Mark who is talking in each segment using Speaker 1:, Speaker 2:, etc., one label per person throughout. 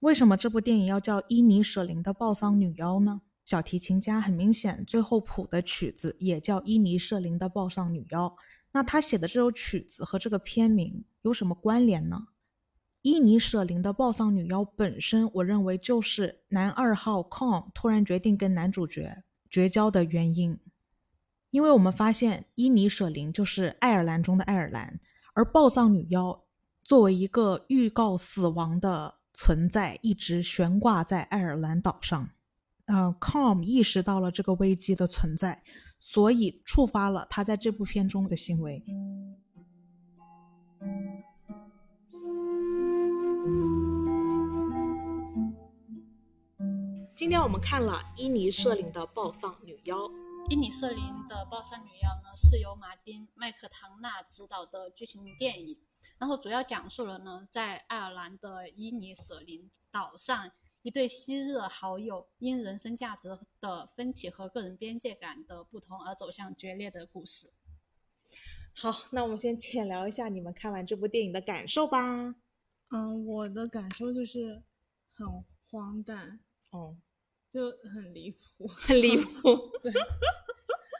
Speaker 1: 为什么这部电影要叫《伊尼舍林的报丧女妖》呢？小提琴家很明显，最后谱的曲子也叫《伊尼舍林的报丧女妖》。那他写的这首曲子和这个片名有什么关联呢？《伊尼舍林的报丧女妖》本身，我认为就是男二号 Con 突然决定跟男主角绝交的原因，因为我们发现伊尼舍林就是爱尔兰中的爱尔兰，而报丧女妖作为一个预告死亡的存在，一直悬挂在爱尔兰岛上。呃，Com 意识到了这个危机的存在，所以触发了他在这部片中的行为。今天我们看了伊尼舍林的《报丧女妖》。
Speaker 2: 伊尼舍林的《报丧女妖》呢，是由马丁·麦克唐纳执导的剧情电影，然后主要讲述了呢，在爱尔兰的伊尼舍林岛上。一对昔日好友因人生价值的分歧和个人边界感的不同而走向决裂的故事。
Speaker 1: 好，那我们先浅聊一下你们看完这部电影的感受吧。
Speaker 3: 嗯，我的感受就是很荒诞，
Speaker 1: 哦，
Speaker 3: 就很 离谱，
Speaker 1: 很离谱。
Speaker 3: 对，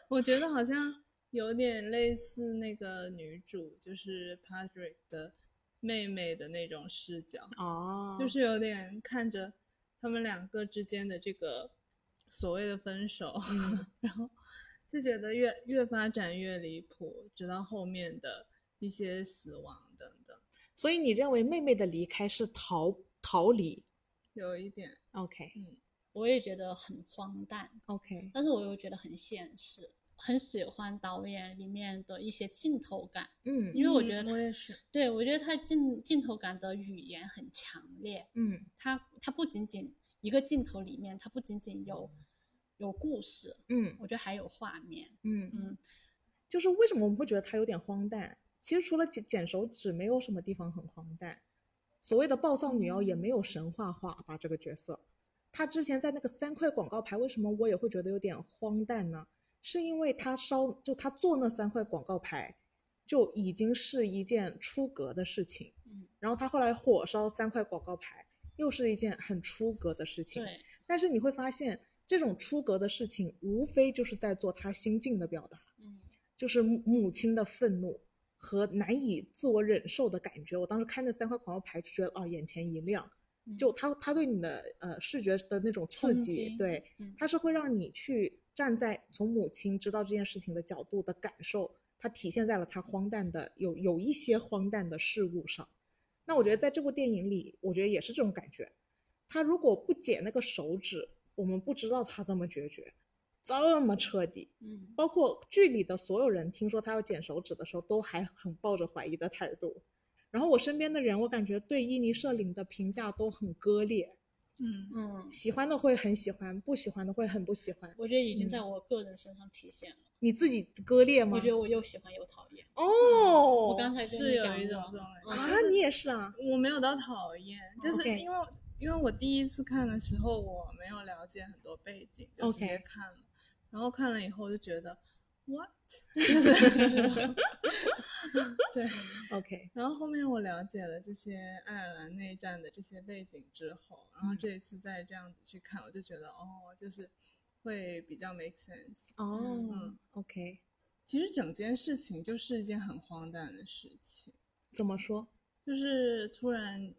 Speaker 3: 我觉得好像有点类似那个女主，就是 Patrick 的妹妹的那种视角，
Speaker 2: 嗯
Speaker 1: 哦
Speaker 3: 就是有点看着。他们两个之间的这个所谓的分手， 然后就觉得越越发展越离谱，直到后面的一些死亡等等，
Speaker 1: 所以你认为妹妹的离开是逃逃离
Speaker 3: 有一点，
Speaker 1: ？OK
Speaker 3: 嗯，
Speaker 2: 我也觉得很荒诞，
Speaker 1: OK，
Speaker 2: 但是我又觉得很现实，很喜欢导演里面的一些镜头感，
Speaker 1: 嗯
Speaker 2: 因为我觉得
Speaker 3: 嗯
Speaker 2: 他
Speaker 3: 我也是，
Speaker 2: 对我觉得他镜镜头感的语言很强烈，
Speaker 1: 嗯
Speaker 2: 他他不仅仅一个镜头里面，他不仅仅有
Speaker 3: 嗯
Speaker 2: 有故事，
Speaker 1: 嗯
Speaker 2: 我觉得还有画面，
Speaker 1: 嗯，
Speaker 2: 嗯，
Speaker 1: 就是为什么我们会觉得它有点荒诞？其实除了剪剪手指，没有什么地方很荒诞。所谓的暴丧女妖也
Speaker 2: 嗯
Speaker 1: 没有神话化吧这个角色，她之前在那个三块广告牌，为什么我也会觉得有点荒诞呢？是因为她烧就她做那三块广告牌，就已经是一件出格的事情。
Speaker 2: 嗯，
Speaker 1: 然后她后来火烧三块广告牌，又是一件很出格的事情。
Speaker 2: 对，
Speaker 1: 但是你会发现，这种出格的事情，无非就是在做他心境的表达，
Speaker 2: 嗯。
Speaker 1: 就是母母亲的愤怒和难以自我忍受的感觉。我当时看那三块广告牌，就觉得啊，眼前一亮。
Speaker 2: 嗯
Speaker 1: 就他他对你的呃视觉的那种刺
Speaker 2: 冲
Speaker 1: 激，
Speaker 2: 击
Speaker 1: 对
Speaker 2: 嗯，
Speaker 1: 他是会让你去站在从母亲知道这件事情的角度的感受，它体现在了他荒诞的有有一些荒诞的事物上。那我觉得在这部电影里，我觉得也是这种感觉。他如果不解那个手指，我们不知道他这么决绝，这么彻底。
Speaker 2: 嗯，
Speaker 1: 包括剧里的所有人，听说他要剪手指的时候，都还很抱着怀疑的态度。然后我身边的人，我感觉对伊尼舍林的评价都很割裂，
Speaker 3: 嗯，
Speaker 2: 嗯，
Speaker 1: 喜欢的会很喜欢，不喜欢的会很不喜欢。
Speaker 2: 我觉得已
Speaker 1: 嗯
Speaker 2: 经在我个人身上体现了。
Speaker 1: 你自己割裂吗？
Speaker 2: 我觉得我又喜欢又讨厌。
Speaker 1: 哦，
Speaker 2: 我刚才跟
Speaker 3: 嗯是
Speaker 2: 你
Speaker 3: 有
Speaker 2: 讲
Speaker 3: 一种
Speaker 2: 过
Speaker 3: 这种感觉
Speaker 2: 嗯
Speaker 1: 啊，你也是啊，
Speaker 3: 我没有到讨厌，就是
Speaker 1: OK
Speaker 3: 因为因为我第一次看的时候，我没有了解很多背景，就直
Speaker 1: OK
Speaker 3: 接看了然后看了以后就觉得 what，就是，对，
Speaker 1: ，OK，
Speaker 3: 然后后面我了解了这些爱尔兰内战的这些背景之后，然
Speaker 1: 嗯
Speaker 3: 后这一次再这样子去看，我就觉得哦，就是会比较 make sense。
Speaker 1: 哦
Speaker 3: 嗯
Speaker 1: ，OK，
Speaker 3: 其实整件事情就是一件很荒诞的事情，
Speaker 1: 怎么说？
Speaker 3: 就是突然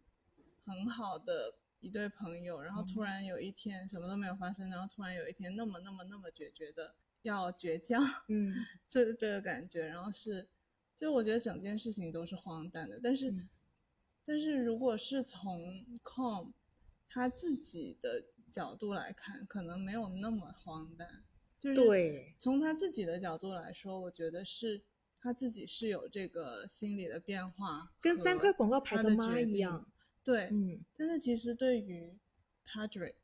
Speaker 3: 很好的一对朋友，然后
Speaker 1: 嗯
Speaker 3: 突然有一天什么都没有发生，然后突然有一天那么那么那么决绝的要绝交，
Speaker 1: 嗯
Speaker 3: 这这个感觉，然后是，就我觉得整件事情都是荒诞的，但是，
Speaker 1: 嗯
Speaker 3: 但是如果是从 com 他自己的角度来看，可能没有那么荒诞，就是
Speaker 1: 对
Speaker 3: 从他自己的角度来说，我觉得是他自己是有这个心理的变化，
Speaker 1: 跟三块广告牌
Speaker 3: 他
Speaker 1: 的
Speaker 3: 的
Speaker 1: 妈
Speaker 3: 决
Speaker 1: 一
Speaker 3: 定
Speaker 1: 样，
Speaker 3: 对，
Speaker 1: 嗯
Speaker 3: 但是其实对于 Patrick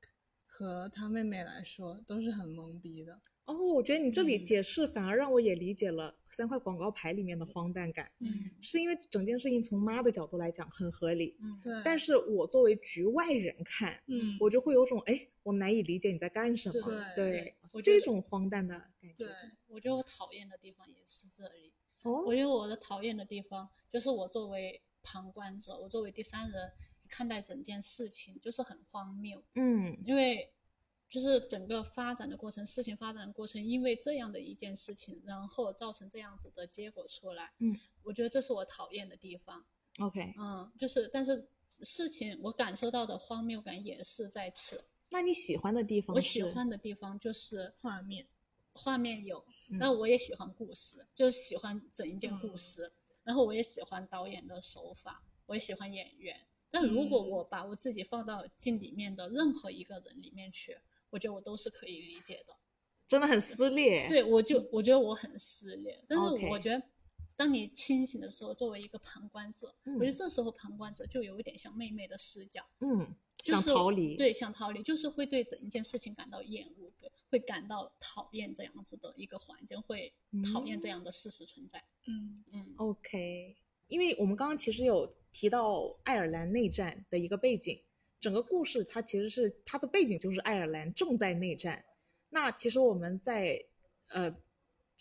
Speaker 3: 和他妹妹来说都是很懵逼的，
Speaker 1: 哦，我觉得你这里
Speaker 2: 嗯
Speaker 1: 解释反而让我也理解了三块广告牌里面的荒诞感。
Speaker 2: 嗯
Speaker 1: 是因为整件事情从妈的角度来讲很合理，
Speaker 2: 嗯，
Speaker 3: 对，
Speaker 1: 但是我作为局外人看，
Speaker 3: 嗯，
Speaker 1: 我就会有种哎，我难以理解你在干什么，
Speaker 3: 对
Speaker 1: 对
Speaker 2: 我觉
Speaker 1: 这
Speaker 2: 得
Speaker 1: 种荒诞的感觉
Speaker 3: 对。。
Speaker 2: 我觉得我讨厌的地方也是这里。
Speaker 1: 哦
Speaker 2: 我觉得我的讨厌的地方就是我作为旁观者，我作为第三人看待整件事情，就是很荒谬。
Speaker 1: 嗯
Speaker 2: 因为就是整个发展的过程，事情发展的过程，因为这样的一件事情，然后造成这样子的结果出来。
Speaker 1: 嗯，
Speaker 2: 我觉得这是我讨厌的地方。
Speaker 1: ，OK。
Speaker 2: 嗯，就是但是事情我感受到的荒谬感也是在此。
Speaker 1: 那你喜欢的地方
Speaker 2: 我
Speaker 1: 是？
Speaker 2: 喜欢的地方就是
Speaker 3: 画面，
Speaker 2: 画面有，
Speaker 1: 嗯
Speaker 2: 那我也喜欢故事，就是喜欢整一件故
Speaker 3: 嗯
Speaker 2: 事，然后我也喜欢导演的手法，我也喜欢演员。但如果
Speaker 3: 嗯
Speaker 2: 我把我自己放到镜里面的任何一个人里面去，我觉得我都是可以理解的。
Speaker 1: 真的很撕裂。，
Speaker 2: 对，我就我觉得我很撕裂，但是
Speaker 1: OK
Speaker 2: 我觉得，当你清醒的时候，作为一个旁观者，我觉得这时候旁观者就有一点像妹妹的视角，
Speaker 1: 嗯，
Speaker 2: 就
Speaker 1: 想
Speaker 2: 是
Speaker 1: 逃离。，
Speaker 2: 对，想逃离，就是会对整一件事情感到厌恶，会感到讨厌这样子的一个环境，会讨厌这样的事实存在。
Speaker 3: 嗯
Speaker 2: 嗯
Speaker 1: 哦 OK，因为我们刚刚其实有提到爱尔兰内战的一个背景，整个故事它其实是它的背景就是爱尔兰正在内战。那其实我们在呃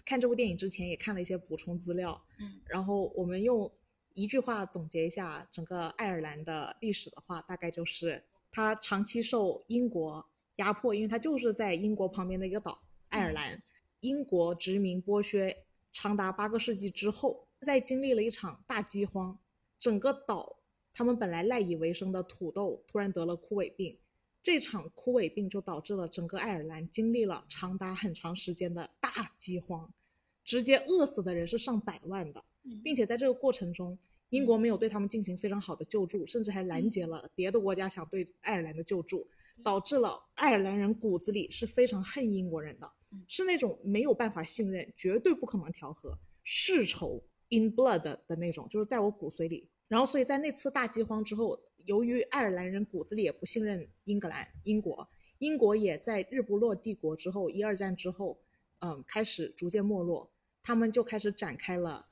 Speaker 1: 看这部电影之前也看了一些补充资料，
Speaker 2: 嗯
Speaker 1: 然后我们用一句话总结一下整个爱尔兰的历史的话，大概就是它长期受英国压迫，因为它就是在英国旁边的一个岛，爱尔兰。英国殖民剥削长达八个世纪之后，在经历了一场大饥荒，整个岛他们本来赖以为生的土豆突然得了枯萎病，这场枯萎病就导致了整个爱尔兰经历了长达很长时间的大饥荒，直接饿死的人是上百万的，
Speaker 2: 嗯
Speaker 1: 并且在这个过程中，英国没有对他们进行非常好的救助，甚至还拦
Speaker 2: 嗯
Speaker 1: 截了别的国家想对爱尔兰的救助，导致了爱尔兰人骨子里是非常恨英国人的
Speaker 2: 嗯，
Speaker 1: 是那种没有办法信任、绝对不可能调和、世仇 in blood 的那种，就是在我骨髓里。然后，所以在那次大饥荒之后，由于爱尔兰人骨子里也不信任英格兰、英国，英国也在日不落帝国之后，一二战之后，嗯，开始逐渐没落，他们就开始展开了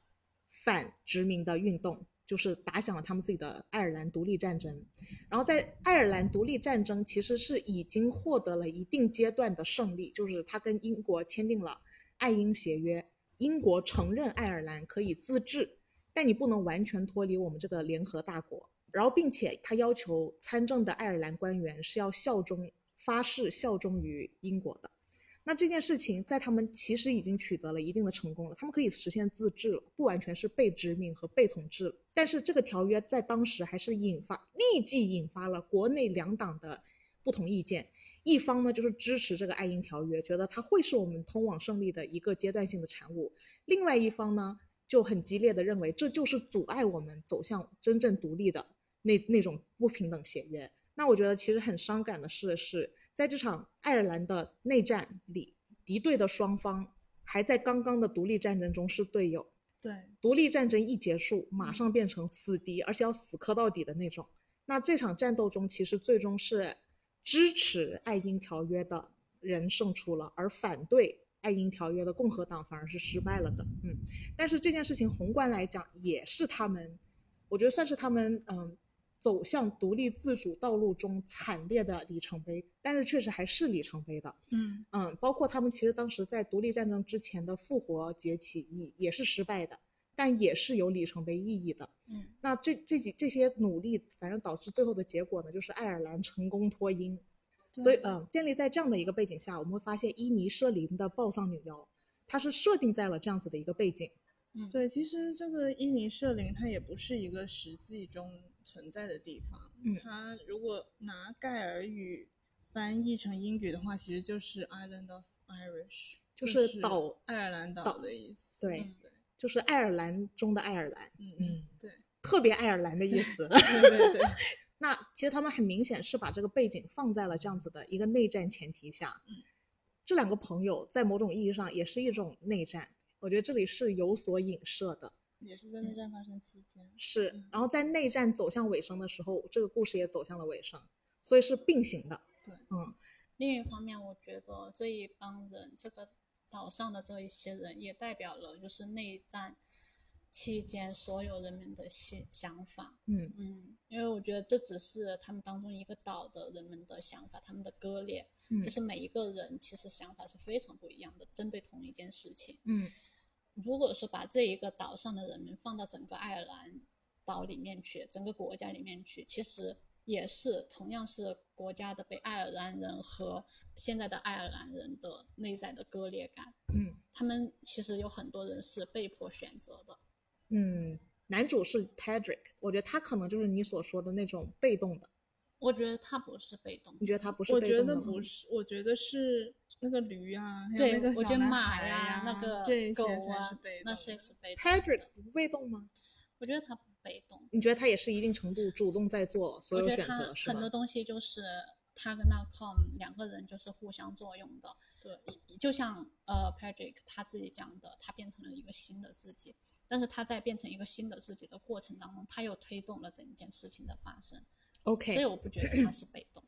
Speaker 1: 反殖民的运动，就是打响了他们自己的爱尔兰独立战争。然后在爱尔兰独立战争其实是已经获得了一定阶段的胜利，就是他跟英国签订了爱英协约，英国承认爱尔兰可以自治，但你不能完全脱离我们这个联合大国。然后，并且他要求参政的爱尔兰官员是要效忠、发誓效忠于英国的。那这件事情在他们其实已经取得了一定的成功了，他们可以实现自治了，不完全是被殖民和被统治了。但是这个条约在当时还是引发立即引发了国内两党的不同意见，一方呢就是支持这个爱英条约，觉得它会是我们通往胜利的一个阶段性的产物；另外一方呢就很激烈的认为这就是阻碍我们走向真正独立的那那种不平等协约。那我觉得其实很伤感的事是，在这场爱尔兰的内战里，敌对的双方还在刚刚的独立战争中是队友。
Speaker 3: 对，
Speaker 1: 独立战争一结束，马上变成死敌，而且要死磕到底的那种。那这场战斗中，其实最终是支持爱因条约的人胜出了，而反对爱因条约的共和党反而是失败了的。嗯，但是这件事情宏观来讲，也是他们，我觉得算是他们嗯走向独立自主道路中惨烈的里程碑，但是确实还是里程碑的。
Speaker 3: 嗯
Speaker 1: 嗯，包括他们其实当时在独立战争之前的复活节起义也是失败的，但也是有里程碑意义的。
Speaker 2: 嗯
Speaker 1: 那这这几这些努力，反正导致最后的结果呢，就是爱尔兰成功脱英。所以，
Speaker 3: 对
Speaker 1: 嗯、建立在这样的一个背景下，我们会发现伊尼舍林的《暴丧女妖》，它是设定在了这样子的一个背景。
Speaker 3: 对，其实这个伊尼舍林它也不是一个实际中存在的地方。
Speaker 1: 嗯
Speaker 3: 它如果拿盖尔语翻译成英语的话，其实就是 Island of Irish，
Speaker 1: 就
Speaker 3: 就是是
Speaker 1: 岛
Speaker 3: 爱尔兰
Speaker 1: 岛
Speaker 3: 岛的意思。
Speaker 1: 对
Speaker 3: 嗯对，
Speaker 1: 就是爱尔兰中的爱尔兰，
Speaker 3: 嗯
Speaker 1: 嗯
Speaker 3: 嗯，对，
Speaker 1: 特别爱尔兰的意思。
Speaker 3: 对对 对，
Speaker 1: 那其实他们很明显是把这个背景放在了这样子的一个内战前提下。
Speaker 3: 嗯，
Speaker 1: 这两个朋友在某种意义上也是一种内战，我觉得这里是有所影射的。
Speaker 3: 也是
Speaker 1: 嗯
Speaker 3: 在内战发生期间。
Speaker 1: 是
Speaker 3: 嗯，
Speaker 1: 然后在内战走向尾声的时候，这个故事也走向了尾声，所以是并行的。
Speaker 3: 对
Speaker 1: 嗯，
Speaker 2: 另一方面，我觉得这一帮人，这个岛上的这一些人，也代表了就是内战期间所有人民的想想法。
Speaker 1: 嗯
Speaker 2: 嗯，因为我觉得这只是他们当中一个岛的人们的想法，他们的割裂，
Speaker 1: 嗯
Speaker 2: 就是每一个人其实想法是非常不一样的，针对同一件事情。
Speaker 1: 嗯
Speaker 2: 如果说把这一个岛上的人民放到整个爱尔兰岛里面去，整个国家里面去，其实也是同样是国家的北爱尔兰人和现在的爱尔兰人的内在的割裂感。
Speaker 1: 嗯
Speaker 2: 他们其实有很多人是被迫选择的。
Speaker 1: 嗯，男主是 Patrick，我觉得他可能就是你所说的那种被动的。
Speaker 2: 我觉得他不是被动
Speaker 1: 你觉得他不是
Speaker 3: 我
Speaker 1: 被
Speaker 3: 觉
Speaker 1: 动
Speaker 3: 得
Speaker 1: 的吗
Speaker 3: 不是，我觉得是那个驴啊，还有
Speaker 2: 对
Speaker 3: 那个
Speaker 2: 我
Speaker 3: 小
Speaker 2: 觉得
Speaker 3: 男
Speaker 2: 马
Speaker 3: 孩呀
Speaker 2: 呀、那个
Speaker 3: 这
Speaker 2: 狗
Speaker 3: 些才
Speaker 2: 啊
Speaker 3: 是被动的，
Speaker 2: 那些是被动的。
Speaker 1: ？Patrick 不被动吗？
Speaker 2: 我觉得他不被动，
Speaker 1: 你觉得他也是一定程度主动在做所
Speaker 2: 我
Speaker 1: 有
Speaker 2: 觉得
Speaker 1: 选
Speaker 2: 他
Speaker 1: 择，是
Speaker 2: 很
Speaker 1: 吧
Speaker 2: 多？东西就是他跟那 com 两个人就是互相作用的。
Speaker 3: 对，
Speaker 2: 就像呃 Patrick 他自己讲的，他变成了一个新的自己，但是他在变成一个新的自己的过程当中，他又推动了整件事情的发生，所
Speaker 1: OK
Speaker 2: 以我不觉得他是被 动。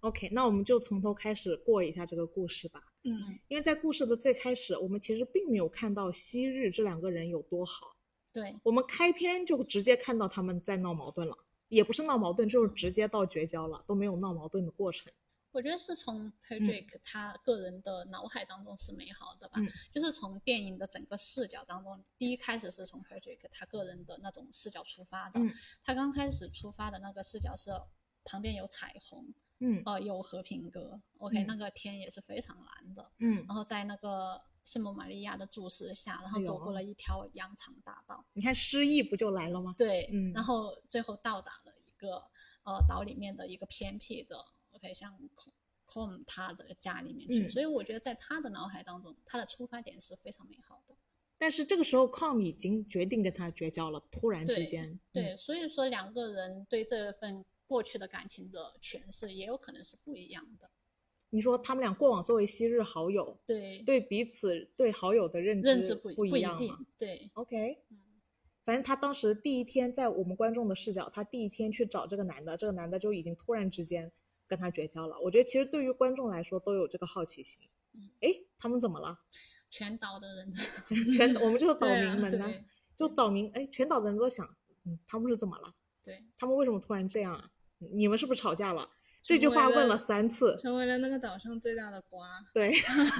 Speaker 1: OK，那我们就从头开始过一下这个故事吧。
Speaker 3: 嗯，
Speaker 1: 因为在故事的最开始，我们其实并没有看到昔日这两个人有多好，
Speaker 2: 对，
Speaker 1: 我们开篇就直接看到他们在闹矛盾了，也不是闹矛盾，就是直接到绝交了，都没有闹矛盾的过程。
Speaker 2: 我觉得是
Speaker 1: 嗯
Speaker 2: 从 Patrick 他个人的脑海当中是美好的吧，
Speaker 1: 嗯
Speaker 2: 就是从电影的整个视角当中，第一开始是从 Patrick 他个人的那种视角出发的，
Speaker 1: 嗯
Speaker 2: 他刚开始出发的那个视角是旁边有彩虹，
Speaker 1: 嗯
Speaker 2: 呃，有和平鸽，OK，、
Speaker 1: 嗯
Speaker 2: 那个天也是非常蓝的，
Speaker 1: 嗯，
Speaker 2: 然后在那个圣母玛利亚的注视下，然后
Speaker 1: 哎呦
Speaker 2: 走过了一条羊肠大道，
Speaker 1: 你看失忆不就来了吗？
Speaker 2: 对，
Speaker 1: 嗯
Speaker 2: 然后最后到达了一个呃岛里面的一个偏僻的，OK，像 Com Com 他的家里面去，
Speaker 1: 嗯
Speaker 2: 所以我觉得在他的脑海当中，他的出发点是非常美好的。
Speaker 1: 但是这个时候，Com 已经决定跟他绝交了，突然之
Speaker 2: 对
Speaker 1: 间，嗯
Speaker 2: 对，所以说两个人对这份过去的感情的诠释也有可能是不一样的。
Speaker 1: 你说他们俩过往作为昔日好友，
Speaker 2: 对，
Speaker 1: 对彼此对好友的认
Speaker 2: 认知不
Speaker 1: 不
Speaker 2: 一
Speaker 1: 样吗
Speaker 2: 定，对，
Speaker 1: OK，
Speaker 2: 嗯
Speaker 1: 反正他当时第一天在我们观众的视角，他第一天去找这个男的，这个男的就已经突然之间跟他绝交了。我觉得其实对于观众来说都有这个好奇心
Speaker 2: 嗯。
Speaker 1: 哎，他们怎么了？
Speaker 2: 全岛的人
Speaker 1: 全我们就是岛
Speaker 3: 对啊
Speaker 1: 民们呢，
Speaker 2: 对
Speaker 1: 就岛民哎，全岛的人都想，嗯，他们是怎么了？
Speaker 2: 对
Speaker 1: 他们为什么突然这样啊？你们是不是吵架了？这句
Speaker 3: 成为
Speaker 1: 话问
Speaker 3: 了
Speaker 1: 了三次，
Speaker 3: 成为了那个岛上最大的瓜。
Speaker 1: 对，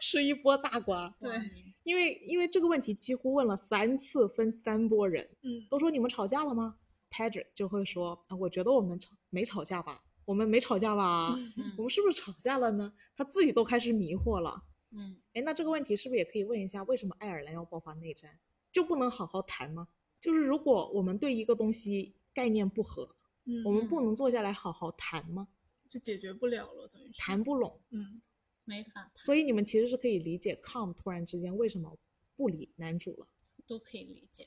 Speaker 1: 是一波大瓜。
Speaker 3: 对
Speaker 2: 网民
Speaker 1: 因为因为这个问题几乎问了三次，分三波人，
Speaker 3: 嗯，
Speaker 1: 都说你们吵架了吗？Patrick 就会说啊，我觉得我们吵没吵架吧，我们没吵架吧，
Speaker 2: 嗯
Speaker 1: 我们是不是吵架了呢？他自己都开始迷惑了。
Speaker 2: 嗯，
Speaker 1: 哎，那这个问题是不是也可以问一下，为什么爱尔兰要爆发内战，就不能好好谈吗？就是如果我们对一个东西概念不合，
Speaker 3: 嗯，
Speaker 1: 我们不能坐下来好好谈吗？
Speaker 3: 就解决不了了，等于
Speaker 2: 呃
Speaker 3: 是
Speaker 1: 谈不拢。
Speaker 3: 嗯，
Speaker 2: 没法谈
Speaker 1: 所以你们其实是可以理解 Com 突然之间为什么不理男主了。
Speaker 2: 都可以理解。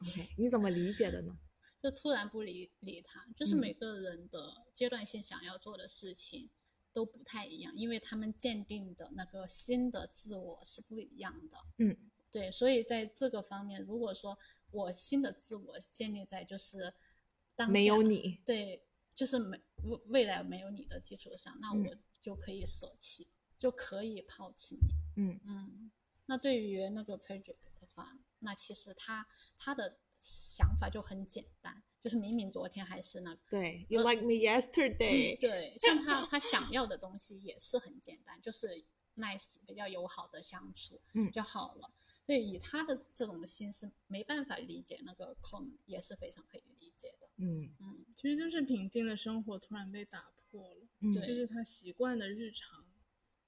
Speaker 1: OK，你怎么理解的呢？
Speaker 2: 就突然不理理他，就是
Speaker 1: 嗯
Speaker 2: 每个人的阶段性想要做的事情都不太一样，因为他们鉴定的那个新的自我是不一样的。
Speaker 1: 嗯，
Speaker 2: 对，所以在这个方面，如果说我新的自我建立在就是当下
Speaker 1: 没有，你，
Speaker 2: 对，就是没未未来没有你的基础上，那
Speaker 1: 嗯
Speaker 2: 我就可以舍弃，就可以抛弃你。
Speaker 1: 嗯
Speaker 2: 嗯，那对于那个 Patrick 的话，那其实他他的想法就很简单，就是明明昨天还是那个，
Speaker 1: 对，You like me yesterday，
Speaker 2: 对，像他他想要的东西也是很简单，就是 nice 比较友好的相处，
Speaker 1: 嗯
Speaker 2: 就好了。所以以他的这种心思，没办法理解那个 Com 也是非常可以理解的。
Speaker 1: 嗯
Speaker 2: 嗯，
Speaker 3: 其实就是平静的生活突然被打破了，
Speaker 1: 嗯，
Speaker 2: 对
Speaker 3: 就是他习惯的日常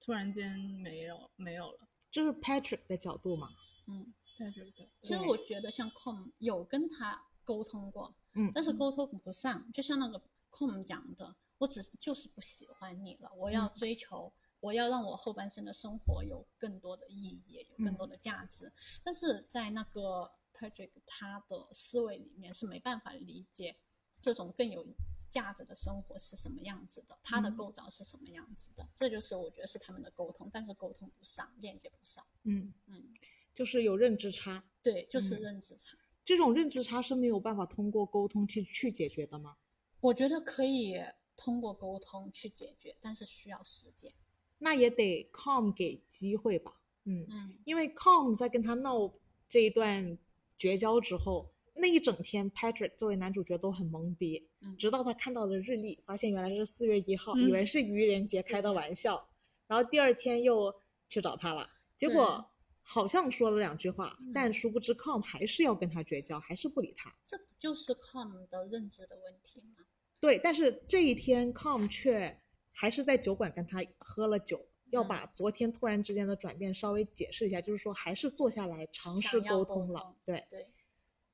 Speaker 3: 突然间没有没有了。
Speaker 1: 这是 Patrick 的角度嘛，
Speaker 2: 嗯，
Speaker 3: 对对对，
Speaker 2: 其实
Speaker 1: 对
Speaker 2: 我觉得像 Com 有跟他沟通过，
Speaker 1: 嗯
Speaker 2: 但是沟通不上，就像那个 Com 讲的，我只是就是不喜欢你了，我
Speaker 1: 嗯
Speaker 2: 要追求，我要让我后半生的生活有更多的意义，有
Speaker 1: 嗯
Speaker 2: 更多的价值。但是在那个 Patrick 他的思维里面是没办法理解这种更有价值的生活是什么样子的，它的
Speaker 1: 嗯
Speaker 2: 构造是什么样子的，这就是我觉得是他们的沟通，但是沟通不上，链接不上。
Speaker 1: 嗯，
Speaker 2: 嗯，
Speaker 1: 就是有认知差，
Speaker 2: 对，就是
Speaker 1: 嗯
Speaker 2: 认知差。
Speaker 1: 这种认知差是没有办法通过沟通去去解决的吗？
Speaker 2: 我觉得可以通过沟通去解决，但是需要时间。
Speaker 1: 那也得 Com 给机会吧，嗯，
Speaker 2: 嗯，
Speaker 1: 因为 Com 在跟他闹这一段绝交之后，那一整天 Patrick 作为男主角都很懵逼，
Speaker 2: 嗯
Speaker 1: 直到他看到了日历，发现原来是四月一号，
Speaker 3: 嗯
Speaker 1: 以为是愚人节开的玩笑，然后第二天又去找他了，结果好像说了两句话，但殊不知 Com 还是要跟他绝交，还是不理他。
Speaker 2: 这不就是 com 的认知的问题吗？
Speaker 1: 对，但是这一天 Com 却还是在酒馆跟他喝了酒，要
Speaker 2: 嗯
Speaker 1: 把昨天突然之间的转变稍微解释一下，就是说还是坐下来尝试
Speaker 2: 想要
Speaker 1: 沟
Speaker 2: 沟
Speaker 1: 通了。
Speaker 2: 通
Speaker 1: 对
Speaker 2: 对，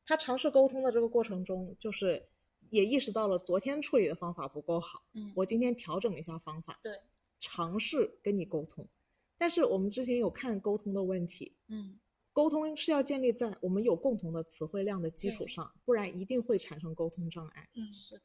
Speaker 1: 他尝试沟通的这个过程中，就是也意识到了昨天处理的方法不够好，
Speaker 2: 嗯，
Speaker 1: 我今天调整一下方法，
Speaker 2: 对，
Speaker 1: 尝试跟你沟通。但是我们之前有看沟通的问题，
Speaker 2: 嗯
Speaker 1: 沟通是要建立在我们有共同的词汇量的基础
Speaker 2: 对
Speaker 1: 上，不然一定会产生沟通障碍。
Speaker 3: 嗯
Speaker 2: 是的，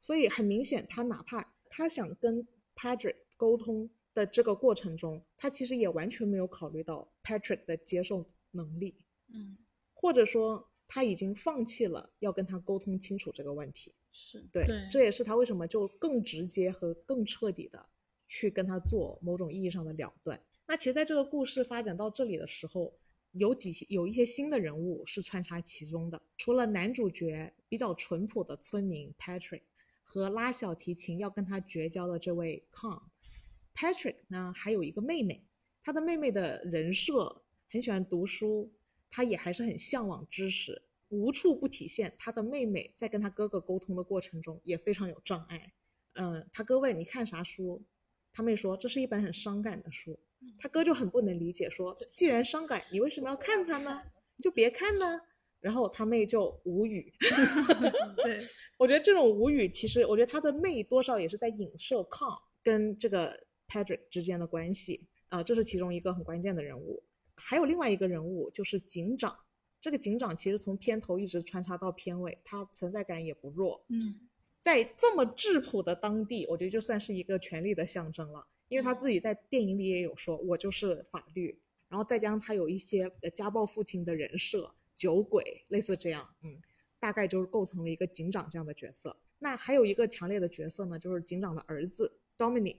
Speaker 1: 所以很明显，他哪怕他想跟 Patrick 沟通的这个过程中，他其实也完全没有考虑到 Patrick 的接受能力，
Speaker 2: 嗯
Speaker 1: 或者说他已经放弃了要跟他沟通清楚这个问题。
Speaker 2: 是，
Speaker 1: 对，
Speaker 3: 对
Speaker 1: 这也是他为什么就更直接和更彻底的去跟他做某种意义上的了断。那其实，在这个故事发展到这里的时候，有几些有一些新的人物是穿插其中的，除了男主角比较淳朴的村民 Patrick 和拉小提琴要跟他绝交的这位 Com，Patrick 呢还有一个妹妹，他的妹妹的人设很喜欢读书，他也还是很向往知识，无处不体现他的妹妹在跟他哥哥沟通的过程中也非常有障碍。嗯，他哥问你看啥书，他妹说这是一本很伤感的书，他哥就很不能理解说，既然伤感，你为什么要看它呢？你就别看呢。然后他妹就无语。
Speaker 3: 嗯对，
Speaker 1: 我觉得这种无语，其实我觉得他的妹多少也是在影射 Com 跟这个 Patrick 之间的关系啊、呃这是其中一个很关键的人物。还有另外一个人物就是警长，这个警长其实从片头一直穿插到片尾，他存在感也不弱。
Speaker 3: 嗯，
Speaker 1: 在这么质朴的当地，我觉得就算是一个权力的象征了，因为他自己在电影里也有说，我就是法律，然后再加上他有一些呃家暴父亲的人设，酒鬼类似这样，嗯，大概就是构成了一个警长这样的角色。那还有一个强烈的角色呢，就是警长的儿子 Dominic，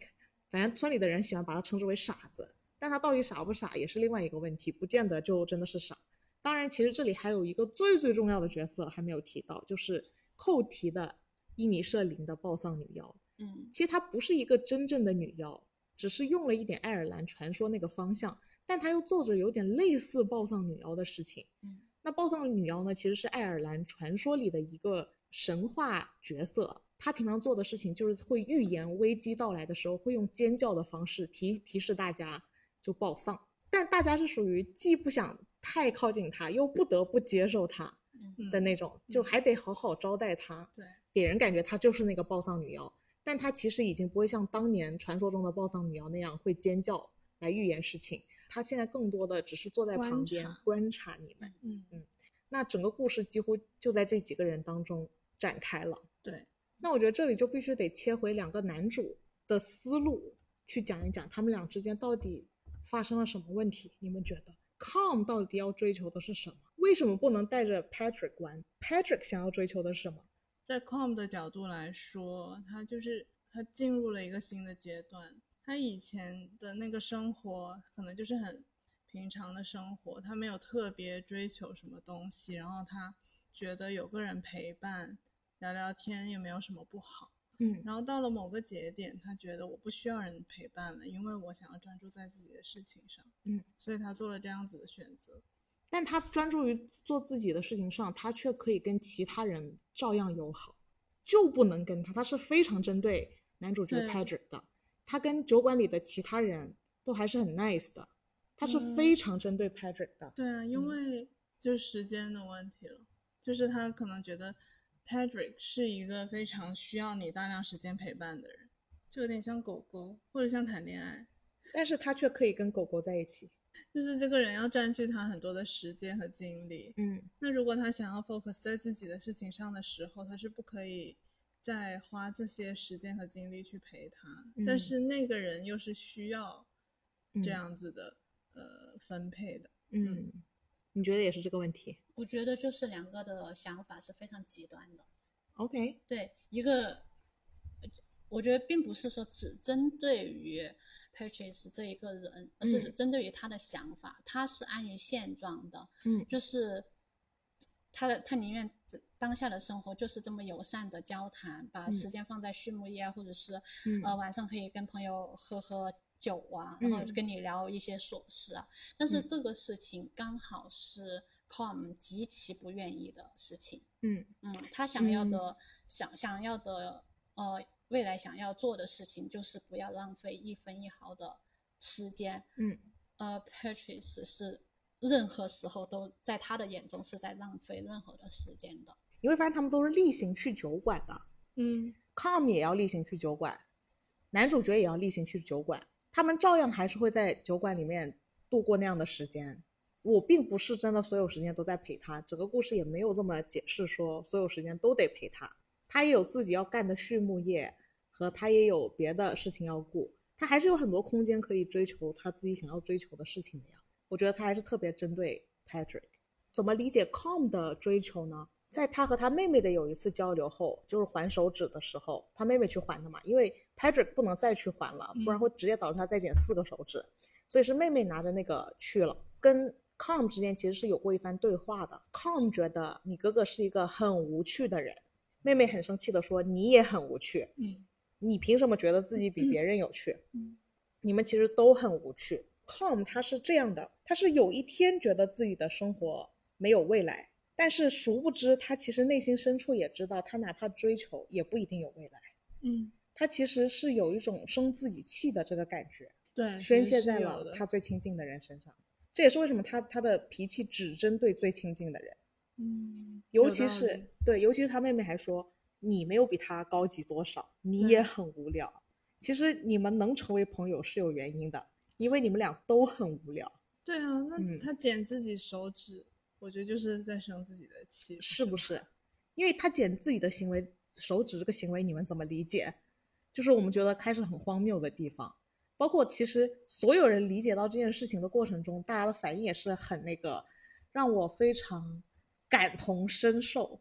Speaker 1: 反正村里的人喜欢把他称之为傻子，但他到底傻不傻也是另外一个问题，不见得就真的是傻。当然，其实这里还有一个最最重要的角色还没有提到，就是寇提的伊尼舍林的暴丧女妖。
Speaker 2: 嗯
Speaker 1: 其实她不是一个真正的女妖，只是用了一点爱尔兰传说那个方向，但她又做着有点类似暴丧女妖的事情。
Speaker 2: 嗯，
Speaker 1: 那暴丧女妖呢，其实是爱尔兰传说里的一个神话角色。她平常做的事情就是会预言危机到来的时候，会用尖叫的方式提提示大家就暴丧，但大家是属于既不想太靠近她，又不得不接受她。
Speaker 2: 嗯
Speaker 1: 的
Speaker 3: 嗯
Speaker 1: 那种，就
Speaker 3: 嗯
Speaker 1: 还得好好招待她，
Speaker 3: 对，
Speaker 1: 给人感觉她就是那个暴丧女妖，但她其实已经不会像当年传说中的暴丧女妖那样会尖叫来预言事情，她现在更多的只是坐在
Speaker 3: 观
Speaker 1: 旁边
Speaker 3: 察
Speaker 1: 观察你们。
Speaker 3: 嗯，
Speaker 1: 那整个故事几乎就在这几个人当中展开了。
Speaker 3: 对，
Speaker 1: 那我觉得这里就必须得切回两个男主的思路去讲一讲，他们俩之间到底发生了什么问题？你们觉得 Com 到底要追求的是什么？为什么不能带着 Patrick 玩？Patrick 想要追求的是什么？
Speaker 3: 在 com 的角度来说，他就是他进入了一个新的阶段。他以前的那个生活可能就是很平常的生活，他没有特别追求什么东西，然后他觉得有个人陪伴，聊聊天也没有什么不好。
Speaker 1: 嗯
Speaker 3: 然后到了某个节点，他觉得我不需要人陪伴了，因为我想要专注在自己的事情上。
Speaker 1: 嗯，
Speaker 3: 所以他做了这样子的选择。
Speaker 1: 但他专注于做自己的事情上，他却可以跟其他人照样友好，就不能跟他。他是非常针对男主角
Speaker 3: 对
Speaker 1: Patrick 的，他跟酒馆里的其他人都还是很 nice 的，他是非常针嗯对 Patrick 的。
Speaker 3: 对啊，
Speaker 1: 嗯
Speaker 3: 因为就是时间的问题了，就是他可能觉得 Patrick 是一个非常需要你大量时间陪伴的人，就有点像狗狗或者像谈恋爱，
Speaker 1: 但是他却可以跟狗狗在一起。
Speaker 3: 就是这个人要占据他很多的时间和精力。
Speaker 1: 嗯，
Speaker 3: 那如果他想要 focus 在自己的事情上的时候，他是不可以再花这些时间和精力去陪他。
Speaker 1: 嗯
Speaker 3: 但是那个人又是需要
Speaker 1: 嗯
Speaker 3: 这样子的、呃分配的。
Speaker 1: 嗯，你觉得也是这个问题
Speaker 2: 我觉得就是两个的想法是非常极端的。
Speaker 1: ？OK，
Speaker 2: 对一个，我觉得并不是说只针对于 purchase 这一个人，而是
Speaker 1: 嗯
Speaker 2: 针对于他的想法，他是安于现状的，
Speaker 1: 嗯
Speaker 2: 就是他的他宁愿当下的生活就是这么友善的交谈，把
Speaker 1: 嗯
Speaker 2: 时间放在畜牧业啊，或者是
Speaker 1: 嗯
Speaker 2: 呃晚上可以跟朋友喝喝酒啊，然后
Speaker 1: 嗯
Speaker 2: 跟你聊一些琐事啊。但是
Speaker 1: 嗯
Speaker 2: 这个事情刚好是 Com 极其不愿意的事情。
Speaker 1: 嗯
Speaker 2: 嗯，他想要
Speaker 1: 嗯
Speaker 2: 的、想想要的呃未来想要做的事情就是不要浪费一分一毫的时间。
Speaker 1: 嗯，
Speaker 2: 呃，Patrice 是任何时候都在他的眼中是在浪费任何的时间的。
Speaker 1: 你会发现他们都是例行去酒馆的
Speaker 3: 嗯，
Speaker 1: ，com 也要例行去酒馆，男主角也要例行去酒馆，他们照样还是会在酒馆里面度过那样的时间。我并不是真的所有时间都在陪他，整个故事也没有这么解释说所有时间都得陪他，他也有自己要干的畜牧业，和他也有别的事情要顾，他还是有很多空间可以追求他自己想要追求的事情的呀。我觉得他还是特别针对 Patrick。怎么理解 Com 的追求呢？在他和他妹妹的有一次交流后，就是还手指的时候，他妹妹去还的嘛，因为 Patrick 不能再去还了，不然
Speaker 3: 嗯
Speaker 1: 会直接导致他再减四个手指，所以是妹妹拿着那个去了。跟 Com 之间其实是有过一番对话的。Com 觉得你哥哥是一个很无趣的人，妹妹很生气的说你也很无趣。
Speaker 3: 嗯
Speaker 1: 你凭什么觉得自己比别人有趣？
Speaker 3: 嗯
Speaker 1: 你们其实都很无趣。Com 他是这样的，他是有一天觉得自己的生活没有未来，但是殊不知他其实内心深处也知道，他哪怕追求也不一定有未来。
Speaker 3: 嗯，
Speaker 1: 他其实是有一种生自己气的这个感觉，
Speaker 3: 对，
Speaker 1: 宣
Speaker 3: 嗯其实
Speaker 1: 泄
Speaker 3: 是
Speaker 1: 在
Speaker 3: 有
Speaker 1: 了
Speaker 3: 的
Speaker 1: 他最亲近的人身上。这也是为什么他他的脾气只针对最亲近的人。
Speaker 3: 嗯，
Speaker 1: 尤
Speaker 3: 有
Speaker 1: 其
Speaker 3: 道理
Speaker 1: 是对，尤其是他妹妹还说你没有比他高级多少，你
Speaker 3: 对
Speaker 1: 也很无聊。其实你们能成为朋友是有原因的，因为你们俩都很无聊，
Speaker 3: 对啊，
Speaker 1: 嗯
Speaker 3: 那他剪自己手指，我觉得就是在生自己的气，
Speaker 1: 是不
Speaker 3: 吗？
Speaker 1: 是？因为他剪自己的行为，手指这个行为你们怎么理解？就是我们觉得开始很荒谬的地方。包括其实所有人理解到这件事情的过程中，大家的反应也是很那个，让我非常感同身受。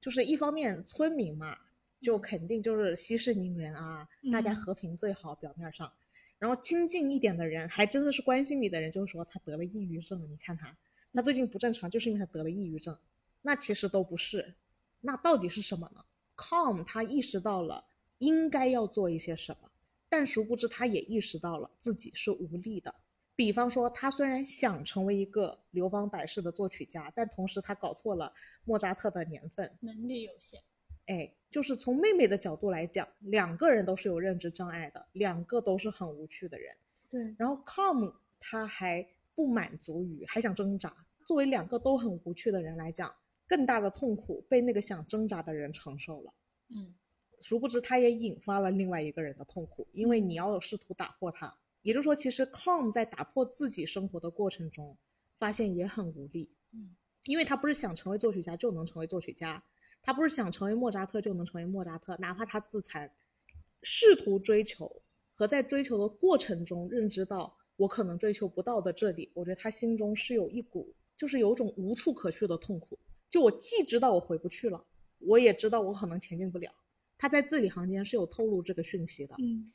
Speaker 1: 就是一方面村民嘛，就肯定就是息事宁人啊，大家
Speaker 3: 嗯
Speaker 1: 和平最好，表面上。然后亲近一点的人，还真的是关心你的人，就会说他得了抑郁症，你看他，他最近不正常，就是因为他得了抑郁症。那其实都不是，那到底是什么呢？Com 他意识到了应该要做一些什么，但殊不知他也意识到了自己是无力的。比方说，他虽然想成为一个流芳百世的作曲家，但同时他搞错了莫扎特的年份，
Speaker 2: 能力有限，
Speaker 1: 哎，就是从妹妹的角度来讲，两个人都是有认知障碍的，两个都是很无趣的人。
Speaker 3: 对，
Speaker 1: 然后 com 他还不满足于，还想挣扎。作为两个都很无趣的人来讲，更大的痛苦被那个想挣扎的人承受了。
Speaker 2: 嗯，
Speaker 1: 殊不知他也引发了另外一个人的痛苦，因为你要试图打破他。也就是说，其实 com 在打破自己生活的过程中，发现也很无力。
Speaker 2: 嗯，
Speaker 1: 因为他不是想成为作曲家就能成为作曲家，他不是想成为莫扎特就能成为莫扎特，哪怕他自残，试图追求和在追求的过程中认知到我可能追求不到的这里，我觉得他心中是有一股就是有种无处可去的痛苦。就我既知道我回不去了，我也知道我可能前进不了。他在字里行间是有透露这个讯息的，
Speaker 3: 嗯，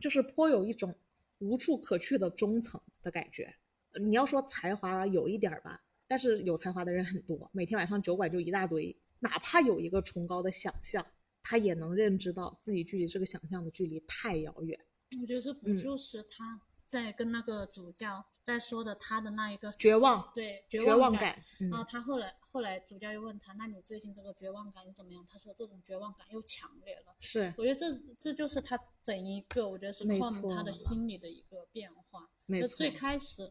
Speaker 1: 就是颇有一种无处可去的中层的感觉。呃你要说才华有一点儿吧，但是有才华的人很多，每天晚上酒馆就一大堆。哪怕有一个崇高的想象，他也能认知到自己距离这个想象的距离太遥远。
Speaker 2: 我觉得这不
Speaker 1: 嗯
Speaker 2: 就是他在跟那个主教在说的他的那一个
Speaker 1: 绝望
Speaker 2: 对
Speaker 1: 绝
Speaker 2: 绝望
Speaker 1: 望
Speaker 2: 感啊
Speaker 1: 感，嗯
Speaker 2: 然后他后来后来主教又问他，那你最近这个绝望感是怎么样？他说这种绝望感又强烈了。
Speaker 1: 是
Speaker 2: 我觉得这这就是他整一个，我觉得是
Speaker 1: 没
Speaker 2: com 他
Speaker 1: 错
Speaker 2: 的心理的一个变化。
Speaker 1: 没
Speaker 2: 就
Speaker 1: 错。
Speaker 2: 最开始，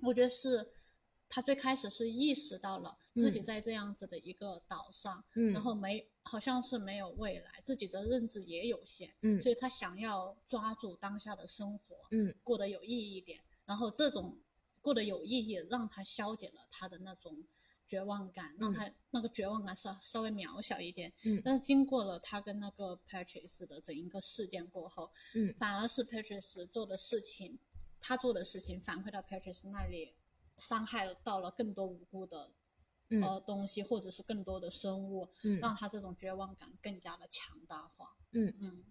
Speaker 2: 我觉得是他最开始是意识到了自己
Speaker 1: 嗯
Speaker 2: 在这样子的一个岛上，
Speaker 1: 嗯，
Speaker 2: 然后没好像是没有未来，自己的认知也有限，
Speaker 1: 嗯
Speaker 2: 所以他想要抓住当下的生活，
Speaker 1: 嗯
Speaker 2: 过得有意义一点。然后这种过得有意义，让他消解了他的那种绝望感，让
Speaker 1: 嗯
Speaker 2: 他那个绝望感稍稍微渺小一点。
Speaker 1: 嗯
Speaker 2: 但是经过了他跟那个 Patrice 的整一个事件过后，
Speaker 1: 嗯
Speaker 2: 反而是 Patrice 做的事情，他做的事情反馈到 Patrice 那里，伤害到了更多无辜的。
Speaker 1: 嗯
Speaker 2: 呃，东西或者是更多的生物，
Speaker 1: 嗯
Speaker 2: 让他这种绝望感更加的强大化。
Speaker 1: 嗯
Speaker 2: 嗯，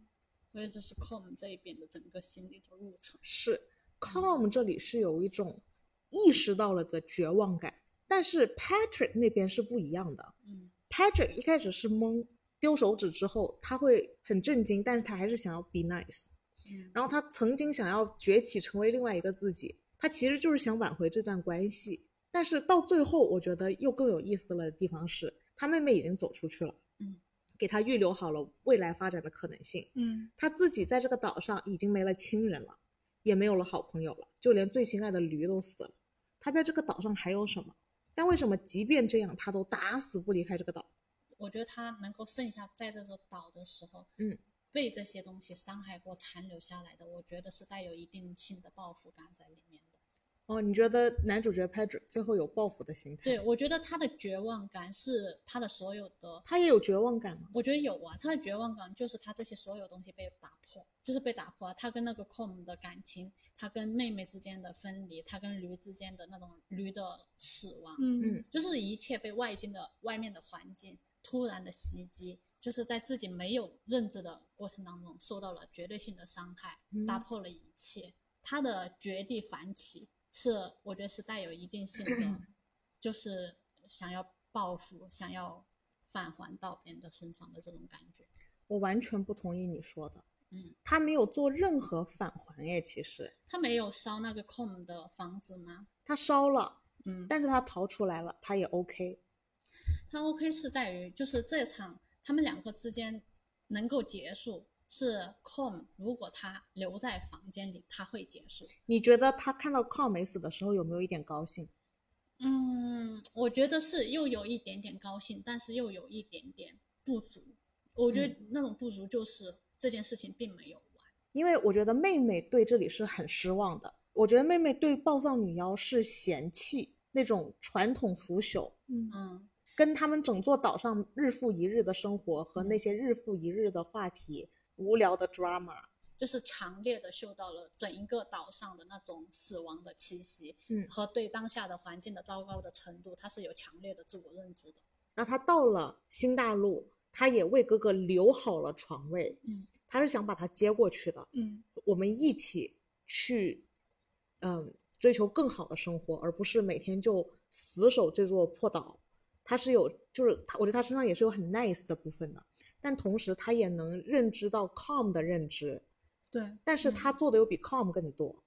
Speaker 2: 我觉得这是 com 这一边的整个心理的路程。
Speaker 1: 是 com 这里是有一种意识到了的绝望感，但是 Patrick 那边是不一样的。
Speaker 2: 嗯
Speaker 1: Patrick 一开始是懵，丢手指之后他会很震惊，但是他还是想要 be nice。
Speaker 2: 嗯
Speaker 1: 然后他曾经想要崛起成为另外一个自己，他其实就是想挽回这段关系。但是到最后，我觉得又更有意思了的地方是，他妹妹已经走出去了，
Speaker 2: 嗯，
Speaker 1: 给他预留好了未来发展的可能性。
Speaker 3: 嗯
Speaker 1: 他自己在这个岛上已经没了亲人了，也没有了好朋友了，就连最心爱的驴都死了。他在这个岛上还有什么？但为什么即便这样，他都打死不离开这个岛？
Speaker 2: 我觉得他能够剩下在这座岛的时候，
Speaker 1: 嗯，
Speaker 2: 被这些东西伤害过、残留下来的，我觉得是带有一定性的报复感在里面的。
Speaker 1: 哦，你觉得男主角 Patrick 最后有报复的心态？
Speaker 2: 对，，我觉得他的绝望感是他的所有的，
Speaker 1: 他也有绝望感吗？
Speaker 2: 我觉得有啊，他的绝望感就是他这些所有东西被打破，就是被打破啊。他跟那个 Com 的感情，他跟妹妹之间的分离，他跟驴之间的那种驴的死亡，
Speaker 3: 嗯
Speaker 1: 嗯
Speaker 2: 就是一切被外境的外面的环境突然的袭击，就是在自己没有认知的过程当中受到了绝对性的伤害，
Speaker 1: 嗯
Speaker 2: 打破了一切。他的绝地反起是，我觉得是带有一定性的，就是想要报复、想要返还到别人的身上的这种感觉。
Speaker 1: 我完全不同意你说的。
Speaker 2: 嗯，
Speaker 1: 他没有做任何返还哎，其实
Speaker 2: 他没有烧那个 com 的房子吗？
Speaker 1: 他烧了，
Speaker 2: 嗯，
Speaker 1: 但是他逃出来了，他也 OK。
Speaker 2: 他 OK 是在于，就是这场他们两个之间能够结束，是 Com 如果他留在房间里，他会结束。
Speaker 1: 你觉得他看到邝美死的时候有没有一点高兴？
Speaker 2: 嗯，我觉得是又有一点点高兴，但是又有一点点不足。我觉得那种不足就是这件事情并没有完。
Speaker 1: 因为我觉得妹妹对这里是很失望的。我觉得妹妹对暴丧女妖是嫌弃那种传统腐朽，
Speaker 3: 嗯
Speaker 2: 嗯
Speaker 1: 跟他们整座岛上日复一日的生活和
Speaker 2: 嗯
Speaker 1: 那些日复一日的话题、无聊的 drama。
Speaker 2: 就是强烈的嗅到了整一个岛上的那种死亡的气息，
Speaker 1: 嗯
Speaker 2: 和对当下的环境的糟糕的程度，他是有强烈的自我认知的。
Speaker 1: 然后她到了新大陆，她也为哥哥留好了床位，
Speaker 2: 嗯，
Speaker 1: 她是想把他接过去的，
Speaker 3: 嗯
Speaker 1: 我们一起去，嗯，追求更好的生活，而不是每天就死守这座破岛。他是有，就是他，我觉得他身上也是有很 nice 的部分的，但同时他也能认知到 calm 的认知，
Speaker 3: 对
Speaker 1: 但是他做的又比 calm 更多。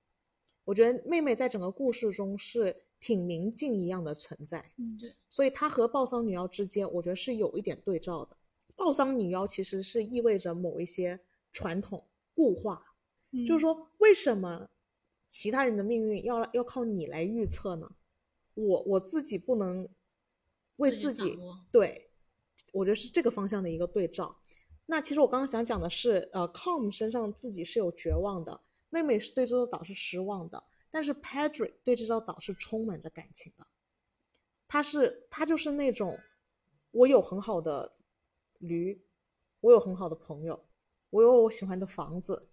Speaker 1: 我觉得妹妹在整个故事中是挺明镜一样的存在，
Speaker 3: 嗯
Speaker 2: 对
Speaker 1: 所以她和暴丧女妖之间，我觉得是有一点对照的。暴丧女妖其实是意味着某一些传统固化，
Speaker 3: 嗯
Speaker 2: 嗯
Speaker 1: 就是说，为什么其他人的命运要要靠你来预测呢？我我自己不能为
Speaker 2: 自
Speaker 1: 自
Speaker 2: 己
Speaker 1: 己
Speaker 2: 掌握
Speaker 1: 对，我觉得是这个方向的一个对照。那其实我刚刚想讲的是，呃，Com 身上自己是有绝望的，妹妹是对这座岛是失望的，但是 Patrick 对这座岛是充满着感情的。他是他就是那种，我有很好的驴，我有很好的朋友，我有我喜欢的房子，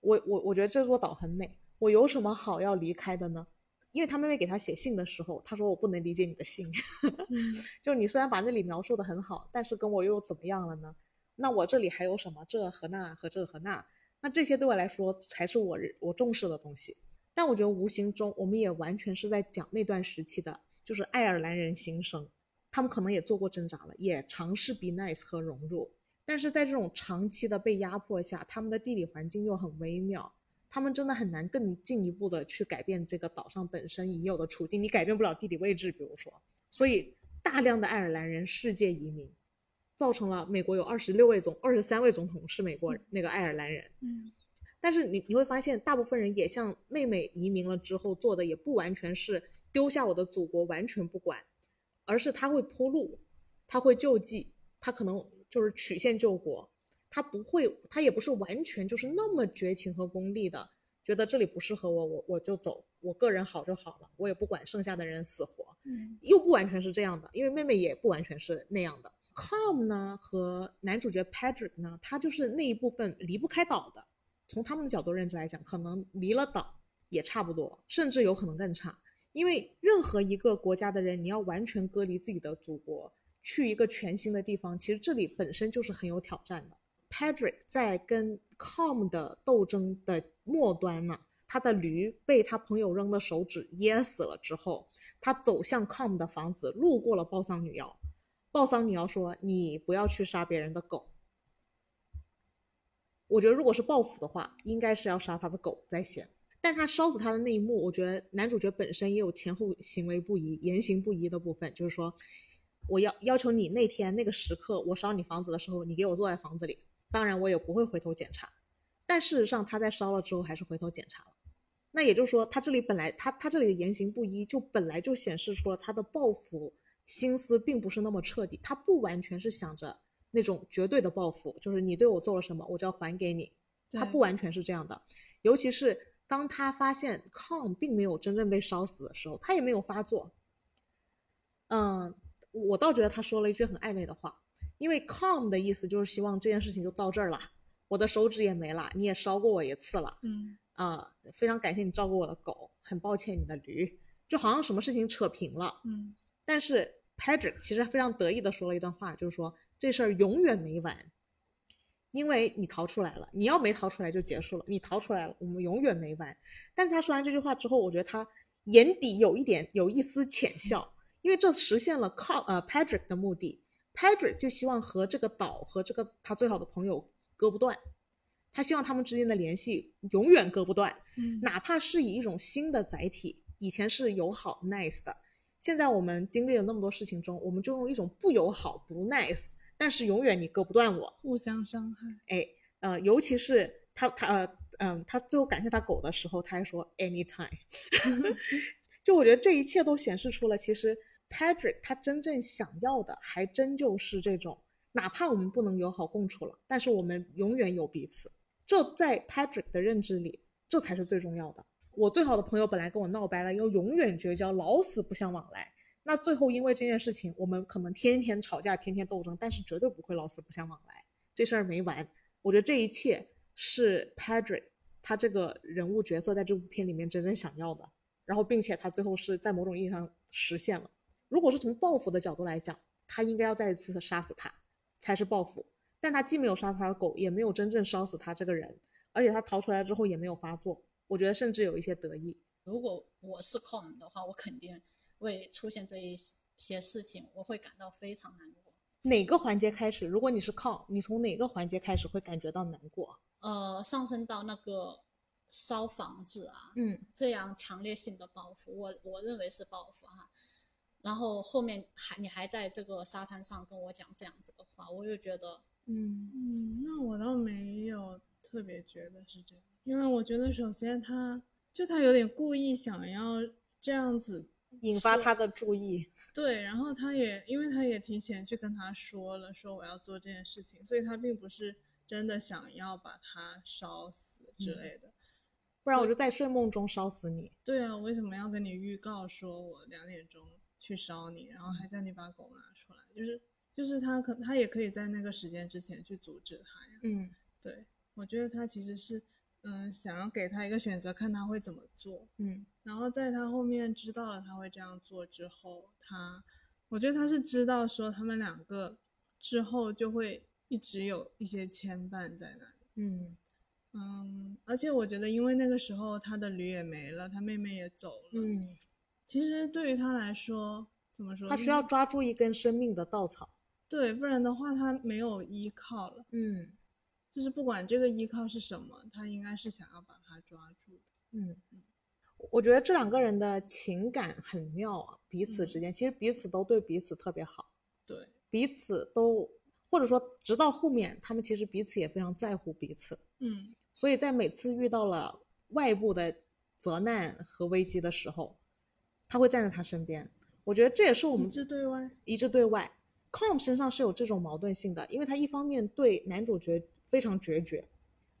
Speaker 1: 我我我觉得这座岛很美，我有什么好要离开的呢？因为他妹妹给他写信的时候，他说我不能理解你的信，
Speaker 3: 嗯
Speaker 1: 就是你虽然把那里描述的很好，但是跟我又怎么样了呢？那我这里还有什么这和那和这和那？那这些对我来说才是我我重视的东西。但我觉得无形中我们也完全是在讲那段时期的，就是爱尔兰人新生，他们可能也做过挣扎了，也尝试 be nice 和融入，但是在这种长期的被压迫下，他们的地理环境又很微妙，他们真的很难更进一步的去改变这个岛上本身已有的处境，你改变不了地理位置，比如说，所以大量的爱尔兰人世界移民，造成了美国有二十六位总二十三位总统是美国那个爱尔兰人，
Speaker 3: 嗯
Speaker 1: 但是你你会发现，大部分人也像妹妹移民了之后做的，也不完全是丢下我的祖国完全不管，而是他会铺路，他会救济，他可能就是曲线救国，他不会，他也不是完全就是那么绝情和功利的，觉得这里不适合我，我我就走，我个人好就好了，我也不管剩下的人死活。
Speaker 3: 嗯
Speaker 1: 又不完全是这样的，因为妹妹也不完全是那样的。Com 呢和男主角 Patrick 呢，他就是那一部分离不开岛的。从他们的角度认知来讲，可能离了岛也差不多，甚至有可能更差。因为任何一个国家的人，你要完全隔离自己的祖国，去一个全新的地方，其实这里本身就是很有挑战的。Patrick 在跟 Com 的斗争的末端呢，他的驴被他朋友扔的手指噎死了之后，他走向 Com 的房子，路过了暴丧女妖，报丧你要说你不要去杀别人的狗。我觉得如果是报复的话，应该是要杀他的狗在先。但他烧死他的那一幕，我觉得男主角本身也有前后行为不一、言行不一的部分，就是说，我要要求你那天那个时刻我烧你房子的时候，你给我坐在房子里，当然我也不会回头检查。但事实上，他在烧了之后还是回头检查了。那也就是说，他这里本来他他这里的言行不一，就本来就显示出了他的报复心思并不是那么彻底，他不完全是想着那种绝对的报复，就是你对我做了什么，我就要还给你。他
Speaker 3: 对
Speaker 1: 不完全是这样的，尤其是当他发现康并没有真正被烧死的时候，他也没有发作。嗯，我倒觉得他说了一句很暧昧的话，因为 calm 的意思就是希望这件事情就到这儿了，我的手指也没了，你也烧过我一次了，
Speaker 3: 嗯，
Speaker 1: 啊、非常感谢你照顾我的狗，很抱歉你的驴，就好像什么事情扯平了。
Speaker 3: 嗯，
Speaker 1: 但是 Patrick 其实非常得意的说了一段话，就是说这事儿永远没完，因为你逃出来了，你要没逃出来就结束了，你逃出来了，我们永远没完。但是他说完这句话之后，我觉得他眼底有一点有一丝浅笑，因为这实现了靠呃 Patrick 的目的。Patrick 就希望和这个岛和这个他最好的朋友割不断，他希望他们之间的联系永远割不断。
Speaker 3: 嗯
Speaker 1: 哪怕是以一种新的载体，以前是友好 nice 的，现在我们经历了那么多事情中，我们就用一种不友好不 nice，但是永远你割不断我，
Speaker 3: 互相伤害，
Speaker 1: 哎，呃，尤其是他他呃嗯、他最后感谢他狗的时候，他还说 anytime，就我觉得这一切都显示出了，其实 Patrick 他真正想要的，还真就是这种，哪怕我们不能友好共处了，但是我们永远有彼此。这在 Patrick 的认知里，这才是最重要的。我最好的朋友本来跟我闹掰了，要永远绝交，老死不相往来。那最后因为这件事情，我们可能天天吵架，天天斗争，但是绝对不会老死不相往来。这事儿没完。我觉得这一切是 Patrick 他这个人物角色在这部片里面真正想要的，然后并且他最后是在某种意义上实现了。如果是从报复的角度来讲，他应该要再一次杀死他才是报复，但他既没有杀死他的狗，也没有真正烧死他这个人，而且他逃出来之后也没有发作，我觉得甚至有一些得意。
Speaker 2: 如果我是 com 的话，我肯定为出现这一些事情，我会感到非常难过。
Speaker 1: 哪个环节开始？如果你是靠你从哪个环节开始会感觉到难过？啊
Speaker 2: 呃，上升到那个烧房子啊，
Speaker 1: 嗯，
Speaker 2: 这样强烈性的报复，我我认为是报复哈。然后后面还你还在这个沙滩上跟我讲这样子的话，我就觉得
Speaker 1: 嗯
Speaker 3: 嗯，那我倒没有特别觉得是这样，因为我觉得首先他就他有点故意想要这样子
Speaker 1: 引发他的注意。
Speaker 3: 对，然后他也因为他也提前去跟他说了，说我要做这件事情，所以他并不是真的想要把他烧死之
Speaker 1: 嗯
Speaker 3: 类的。
Speaker 1: 不然我就在睡梦中烧死你。
Speaker 3: 对啊，为什么要跟你预告说我两点钟去烧你，然后还叫你把狗拿出来？就是就是他可他也可以在那个时间之前去阻止他呀。
Speaker 1: 嗯，
Speaker 3: 对，我觉得他其实是嗯、想要给他一个选择，看他会怎么做。
Speaker 1: 嗯
Speaker 3: 然后在他后面知道了他会这样做之后，他，我觉得他是知道说他们两个之后就会一直有一些牵绊在那里。
Speaker 1: 嗯
Speaker 3: 嗯，而且我觉得，因为那个时候他的驴也没了，他妹妹也走了。，
Speaker 1: 嗯，
Speaker 3: 其实对于他来说，怎么说？
Speaker 1: 他需要抓住一根生命的稻草。
Speaker 3: 对，不然的话他没有依靠了。
Speaker 1: 嗯
Speaker 3: 就是不管这个依靠是什么，他应该是想要把他抓住的。
Speaker 1: 嗯，我觉得这两个人的情感很妙啊，彼此之间、其实彼此都对彼此特别好，
Speaker 3: 对，
Speaker 1: 彼此都或者说直到后面，他们其实彼此也非常在乎彼此，
Speaker 3: 嗯，
Speaker 1: 所以在每次遇到了外部的责难和危机的时候，他会站在他身边。我觉得这也是我们
Speaker 3: 一致对外。
Speaker 1: 一致对外。Com 身上是有这种矛盾性的，因为他一方面对男主角非常决绝，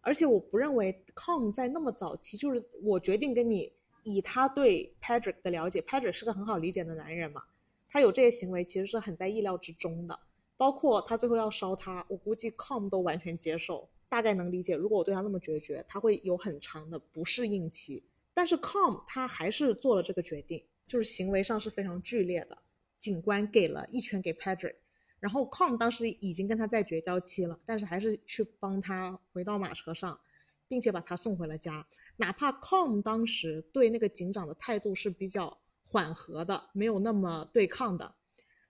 Speaker 1: 而且我不认为 Com 在那么早期，就是我决定跟你以他对 Patrick 的了解，Patrick 是个很好理解的男人嘛，他有这些行为其实是很在意料之中的，包括他最后要烧他，我估计 Com 都完全接受，大概能理解。如果我对他那么决绝，他会有很长的不适应期。但是 Com 他还是做了这个决定，就是行为上是非常剧烈的。警官给了一拳给 Patrick，然后 Com 当时已经跟他在绝交期了，但是还是去帮他回到马车上，并且把他送回了家。哪怕 Com 当时对那个警长的态度是比较缓和的，没有那么对抗的，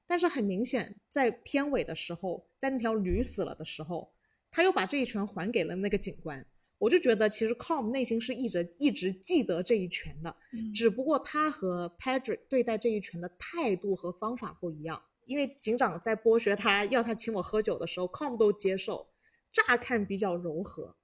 Speaker 1: 但是很明显，在片尾的时候，在那条驴死了的时候，他又把这一拳还给了那个警官。我就觉得，其实 Com 内心是一直一直记得这一拳的，
Speaker 3: 嗯
Speaker 1: 只不过他和 Patrick 对待这一拳的态度和方法不一样。因为警长在剥削他，要他请我喝酒的时候，Com 都接受，乍看比较柔和，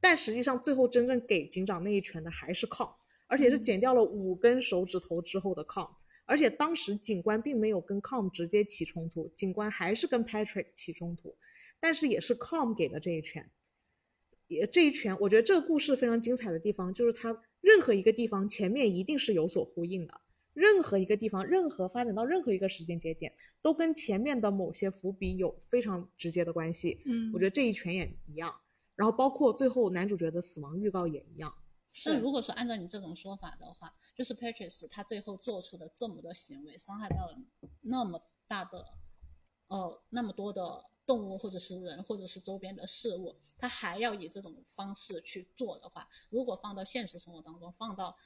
Speaker 1: 但实际上最后真正给警长那一拳的还是 Com，而且是剪掉了五根手指头之后的 Com。而且当时警官并没有跟 Com 直接起冲突，警官还是跟 Patrick 起冲突，但是也是 Com 给的这一拳。也这一拳，我觉得这个故事非常精彩的地方就是它任何一个地方前面一定是有所呼应的，任何一个地方，任何发展到任何一个时间节点，都跟前面的某些伏笔有非常直接的关系。
Speaker 3: 嗯
Speaker 1: 我觉得这一拳也一样，然后包括最后男主角的死亡预告也一样。
Speaker 2: 那如果说按照你这种说法的话，就是 Patrice 他最后做出的这么多行为，伤害到了那么大的，呃，那么多的动物或者是人或者是周边的事物，他还要以这种方式去做的话，如果放到现实生活当中，放到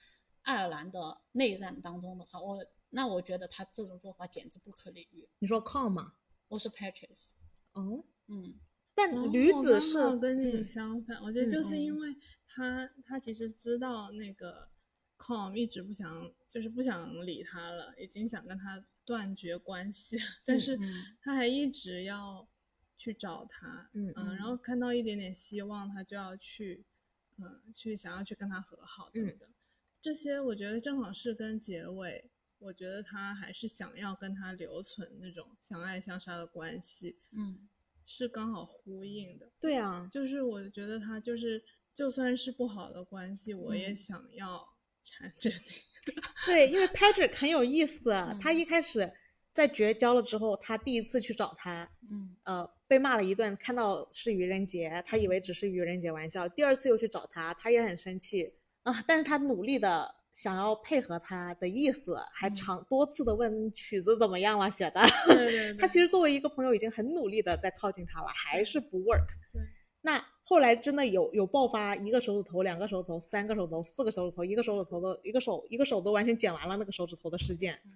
Speaker 2: 爱尔兰的内战当中的话，我那我觉得他这种做法简直不可理喻。
Speaker 1: 你说 Com 嘛？
Speaker 2: 我是 Patrice，
Speaker 1: 哦，
Speaker 2: 嗯，
Speaker 1: 但驴子是、
Speaker 3: 刚好哦跟你相反，我觉得
Speaker 1: 嗯
Speaker 3: 就是因为他他其实知道那个 Com 一直不想，就是不想理他了，已经想跟他断绝关系了，但是
Speaker 2: 嗯
Speaker 3: 他还一直要去找他，
Speaker 1: 嗯
Speaker 3: 然后看到一点点希望，他就要去，嗯，去想要去跟他和好等
Speaker 1: 嗯
Speaker 3: 等，这些我觉得正好是跟结尾。我觉得他还是想要跟他留存那种相爱相杀的关系，
Speaker 2: 嗯
Speaker 3: 是刚好呼应的。
Speaker 1: 对啊，
Speaker 3: 就是我觉得他就是，就算是不好的关系，我也
Speaker 2: 嗯
Speaker 3: 想要缠 着你。
Speaker 1: 对，因为 Patrick 很有意思，他一开始在绝交了之后，他第一次去找他，
Speaker 2: 嗯
Speaker 1: 呃，被骂了一顿，看到是愚人节，他以为只是愚人节玩笑。第二次又去找他，他也很生气啊，但是他努力的想要配合他的意思，还
Speaker 2: 嗯
Speaker 1: 长多次的问曲子怎么样了写的。
Speaker 3: 对对对，
Speaker 1: 他其实作为一个朋友已经很努力的在靠近他了，还是不 work。
Speaker 3: 对，
Speaker 1: 那后来真的有有爆发，一个手指头、两个手指头、三个手指头、四个手指头，一个手指头的一个手一个手都完全剪完了那个手指头的事件
Speaker 3: 嗯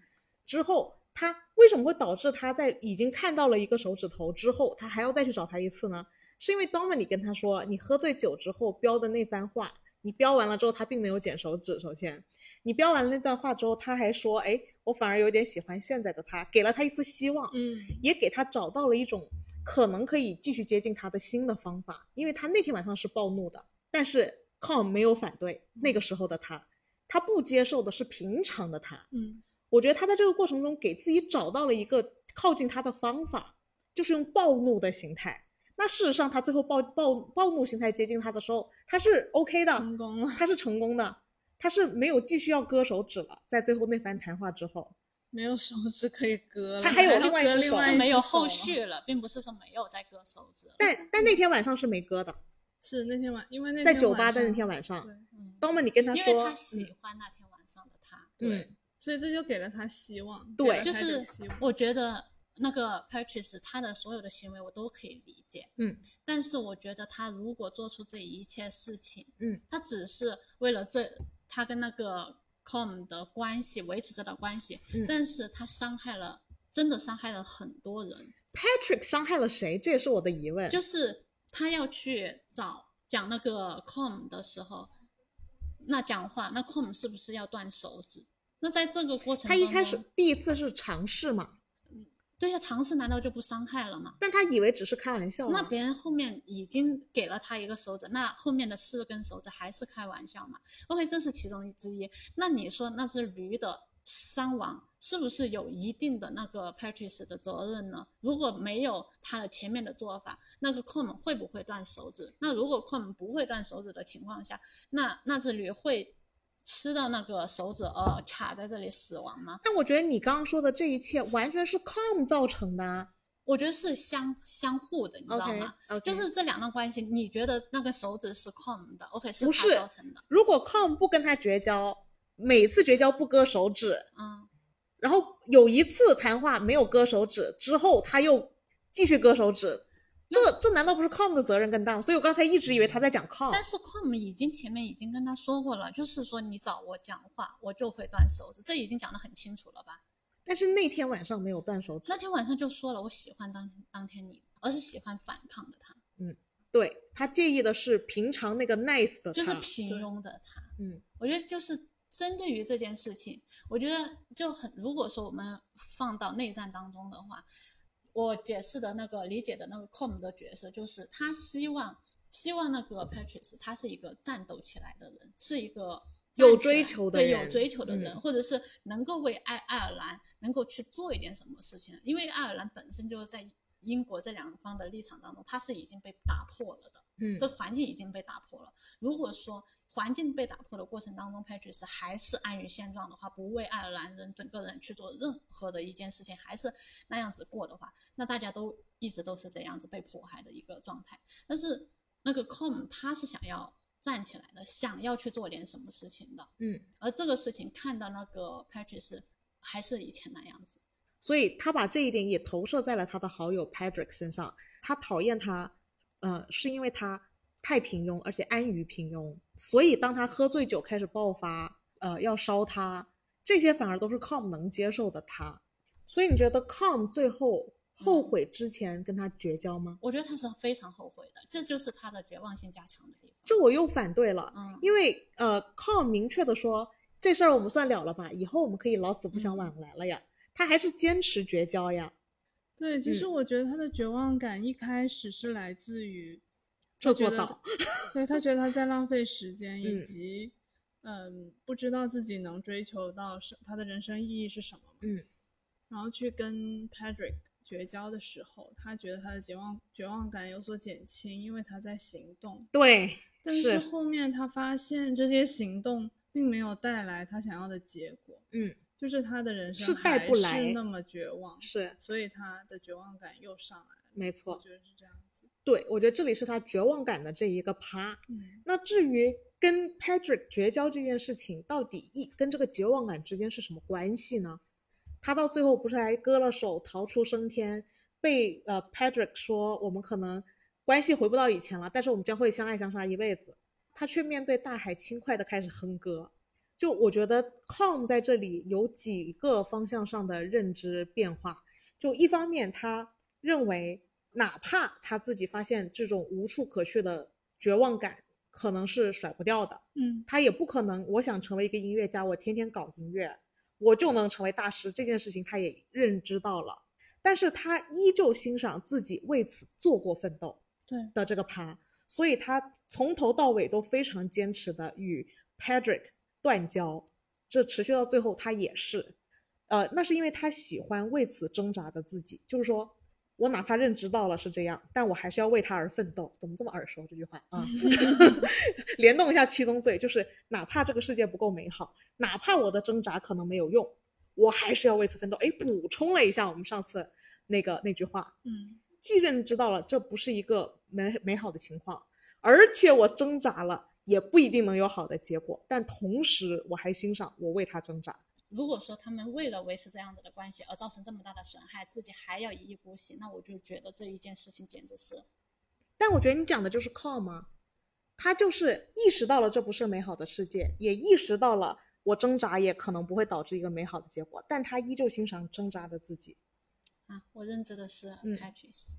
Speaker 1: 之后，他为什么会导致他在已经看到了一个手指头之后，他还要再去找他一次呢？是因为 Dominic 跟他说，你喝醉酒之后飙的那番话，你飙完了之后，他并没有剪手指。首先，你飙完了那段话之后，他还说，哎，我反而有点喜欢现在的他，给了他一丝希望。
Speaker 3: 嗯，
Speaker 1: 也给他找到了一种可能可以继续接近他的新的方法，因为他那天晚上是暴怒的，但是 Com 没有反对
Speaker 3: 嗯
Speaker 1: 那个时候的他，他不接受的是平常的他。
Speaker 3: 嗯，
Speaker 1: 我觉得他在这个过程中给自己找到了一个靠近他的方法，就是用暴怒的形态。那事实上，他最后暴暴暴怒形态接近他的时候，他是 OK 的，
Speaker 3: 成功了，
Speaker 1: 他是成功的，他是没有继续要割手指了。在最后那番谈话之后，
Speaker 3: 没有手指可以割了，
Speaker 1: 他还有
Speaker 3: 要
Speaker 1: 另外一
Speaker 3: 割
Speaker 1: 只
Speaker 3: 另
Speaker 1: 手
Speaker 3: 外
Speaker 2: 是
Speaker 3: 一
Speaker 2: 没
Speaker 3: 只
Speaker 2: 有
Speaker 3: 手
Speaker 2: 后
Speaker 3: 了
Speaker 2: 续了，并不是说没有在割手指了。
Speaker 1: 但但那天晚上是没割的，
Speaker 3: 是那天晚，因嗯为那
Speaker 1: 在
Speaker 3: 天
Speaker 1: 酒
Speaker 3: 晚
Speaker 1: 吧的那
Speaker 3: 上
Speaker 1: 天晚上。
Speaker 3: 对，
Speaker 2: 嗯，
Speaker 1: 当们你跟他
Speaker 2: 因
Speaker 1: 说，
Speaker 2: 为他喜欢那天晚上的他。
Speaker 1: 嗯
Speaker 3: 所以这就给了他希望，
Speaker 1: 对
Speaker 3: 给了
Speaker 2: 就
Speaker 3: 他一
Speaker 2: 是
Speaker 3: 种希望
Speaker 2: 我觉得那个 Purchase 他的所有的行为我都可以理解，
Speaker 1: 嗯，
Speaker 2: 但是我觉得他如果做出这一切事情，
Speaker 1: 嗯，
Speaker 2: 他只是为了这他跟那个 Com 的关系维持这段关系，
Speaker 1: 嗯
Speaker 2: 但是他伤害了，真的伤害了很多人，
Speaker 1: Patrick 伤害了谁？这也是我的疑问。
Speaker 2: 就是他要去找讲那个 com 的时候，那讲话，那 com 是不是要断手指？那在这个过程
Speaker 1: 他
Speaker 2: 当
Speaker 1: 一
Speaker 2: 中，
Speaker 1: 开始第一次是尝试嘛，
Speaker 2: 对呀、尝试难道就不伤害了吗？
Speaker 1: 但他以为只是开玩笑啊嘛。
Speaker 2: 那别人后面已经给了他一个手指，那后面的四根手指还是开玩笑嘛？OK，这是其中之一。那你说那只驴的伤亡是不是有一定的那个 Patrice 的责任呢？如果没有他的前面的做法，那个 Com 会不会断手指？那如果 Com 不会断手指的情况下，那那只驴会吃到那个手指而卡在这里死亡吗？
Speaker 1: 但我觉得你刚刚说的这一切完全是 Com 造成的啊。
Speaker 2: 我觉得是相相互的，你知道吗
Speaker 1: OK，, o k
Speaker 2: 就是这两段关系，你觉得那个手指是 com 的，OK 是
Speaker 1: 不
Speaker 2: 他
Speaker 1: 是
Speaker 2: 造成的，
Speaker 1: 如果 Com 不跟他绝交，每次绝交不割手指，
Speaker 2: 嗯，
Speaker 1: 然后有一次谈话没有割手指，之后他又继续割手指，这这难道不是 Com 的责任更大吗？所以我刚才一直以为他在讲 Com。
Speaker 2: 但是 com 已经前面已经跟他说过了，就是说你找我讲话，我就会断手指，这已经讲得很清楚了吧？
Speaker 1: 但是那天晚上没有断手指
Speaker 2: 那，天晚上就说了，我喜欢当当天你，而是喜欢反抗的他，
Speaker 1: 对他介意的是平常那个 nice 的他，
Speaker 2: 就是平庸的他。
Speaker 1: 嗯，
Speaker 2: 我觉得就是针对于这件事情，我觉得就很，如果说我们放到内战当中的话，我解释的那个理解的那个 com 的角色，就是他希望希望那个 Patrice 他是一个战斗起来的人，是一个。啊
Speaker 1: 有追求的
Speaker 2: 对有
Speaker 1: 人
Speaker 2: 追求的
Speaker 1: 嗯
Speaker 2: 人，或者是能够为爱爱尔兰能够去做一点什么事情，因为爱尔兰本身就是在英国这两方的立场当中，它是已经被打破了的。
Speaker 1: 嗯
Speaker 2: 这环境已经被打破了。如果说环境被打破的过程当中，Patrice 还是安于现状的话，不为爱尔兰人整个人去做任何的一件事情，还是那样子过的话，那大家都一直都是这样子被迫害的一个状态。但是那个 Com 他是想要站起来的，想要去做点什么事情的，
Speaker 1: 嗯，
Speaker 2: 而这个事情看到那个 Patrice 还是以前那样子，
Speaker 1: 所以他把这一点也投射在了他的好友 Patrick 身上。他讨厌他，呃，是因为他太平庸，而且安于平庸。所以当他喝醉酒开始爆发，呃，要烧他，这些反而都是 Com 能接受的他。所以你觉得 Com 最后后悔之前跟他绝交吗？
Speaker 2: 我觉得他是非常后悔的，这就是他的绝望性加强的地方。
Speaker 1: 这我又反对了，
Speaker 2: 嗯，
Speaker 1: 因为呃，Com 明确的说这事儿我们算了了吧，以后我们可以老死不相往来了呀。他还是坚持绝交呀，
Speaker 3: 对，其实
Speaker 1: 嗯
Speaker 3: 我觉得他的绝望感一开始是来自于
Speaker 1: 这
Speaker 3: 他觉
Speaker 1: 座
Speaker 3: 得
Speaker 1: 岛，
Speaker 3: 对他觉得他在浪费时间，以
Speaker 1: 嗯
Speaker 3: 及嗯，不知道自己能追求到是他的人生意义是什么嘛。
Speaker 1: 嗯，
Speaker 3: 然后去跟 Patrick 绝交的时候，他觉得他的绝望绝望感有所减轻，因为他在行动。
Speaker 1: 对，
Speaker 3: 但
Speaker 1: 是
Speaker 3: 是后面他发现这些行动并没有带来他想要的结果，
Speaker 1: 嗯，
Speaker 3: 就是他的人
Speaker 1: 是
Speaker 3: 生
Speaker 1: 带
Speaker 3: 还
Speaker 1: 不
Speaker 3: 是
Speaker 1: 来
Speaker 3: 那么绝望，
Speaker 1: 是
Speaker 3: 所以他的绝望感又上来了。
Speaker 1: 没
Speaker 3: 我
Speaker 1: 错，
Speaker 3: 觉得是这样子。
Speaker 1: 对我觉得这里是他绝望感的这一个趴。
Speaker 3: 嗯，
Speaker 1: 那至于跟 Patrick 绝交这件事情，到底一跟这个绝望感之间是什么关系呢？他到最后不是还割了手逃出升天，被呃 Patrick 说我们可能关系回不到以前了，但是我们将会相爱相杀一辈子。他却面对大海轻快的开始哼歌。就我觉得 Com 在这里有几个方向上的认知变化。就一方面，他认为哪怕他自己发现这种无处可去的绝望感可能是甩不掉的，
Speaker 3: 嗯，
Speaker 1: 他也不可能。我想成为一个音乐家，我天天搞音乐，我就能成为大师这件事情，他也认知到了。但是他依旧欣赏自己为此做过奋斗，
Speaker 3: 对，
Speaker 1: 的这个趴，所以他从头到尾都非常坚持的与 Patrick 断交，这持续到最后，他也是，呃，那是因为他喜欢为此挣扎的自己，就是说我哪怕认知到了是这样，但我还是要为他而奋斗。怎么这么耳熟这句话啊？ 联动一下七宗罪，就是哪怕这个世界不够美好，哪怕我的挣扎可能没有用，我还是要为此奋斗。哎，补充了一下我们上次那个那句话，
Speaker 3: 嗯，
Speaker 1: 既认知到了这不是一个美美好的情况，而且我挣扎了也不一定能有好的结果，但同时我还欣赏我为他挣扎。
Speaker 2: 如果说他们为了维持这样子的关系而造成这么大的损害，自己还要一意孤行，那我就觉得这一件事情简直是，
Speaker 1: 但我觉得你讲的就是 Com 啊，他就是意识到了这不是美好的世界，也意识到了我挣扎也可能不会导致一个美好的结果，但他依旧欣赏挣扎的自己。
Speaker 2: 啊，我认知的是
Speaker 1: 嗯
Speaker 2: Patrice，、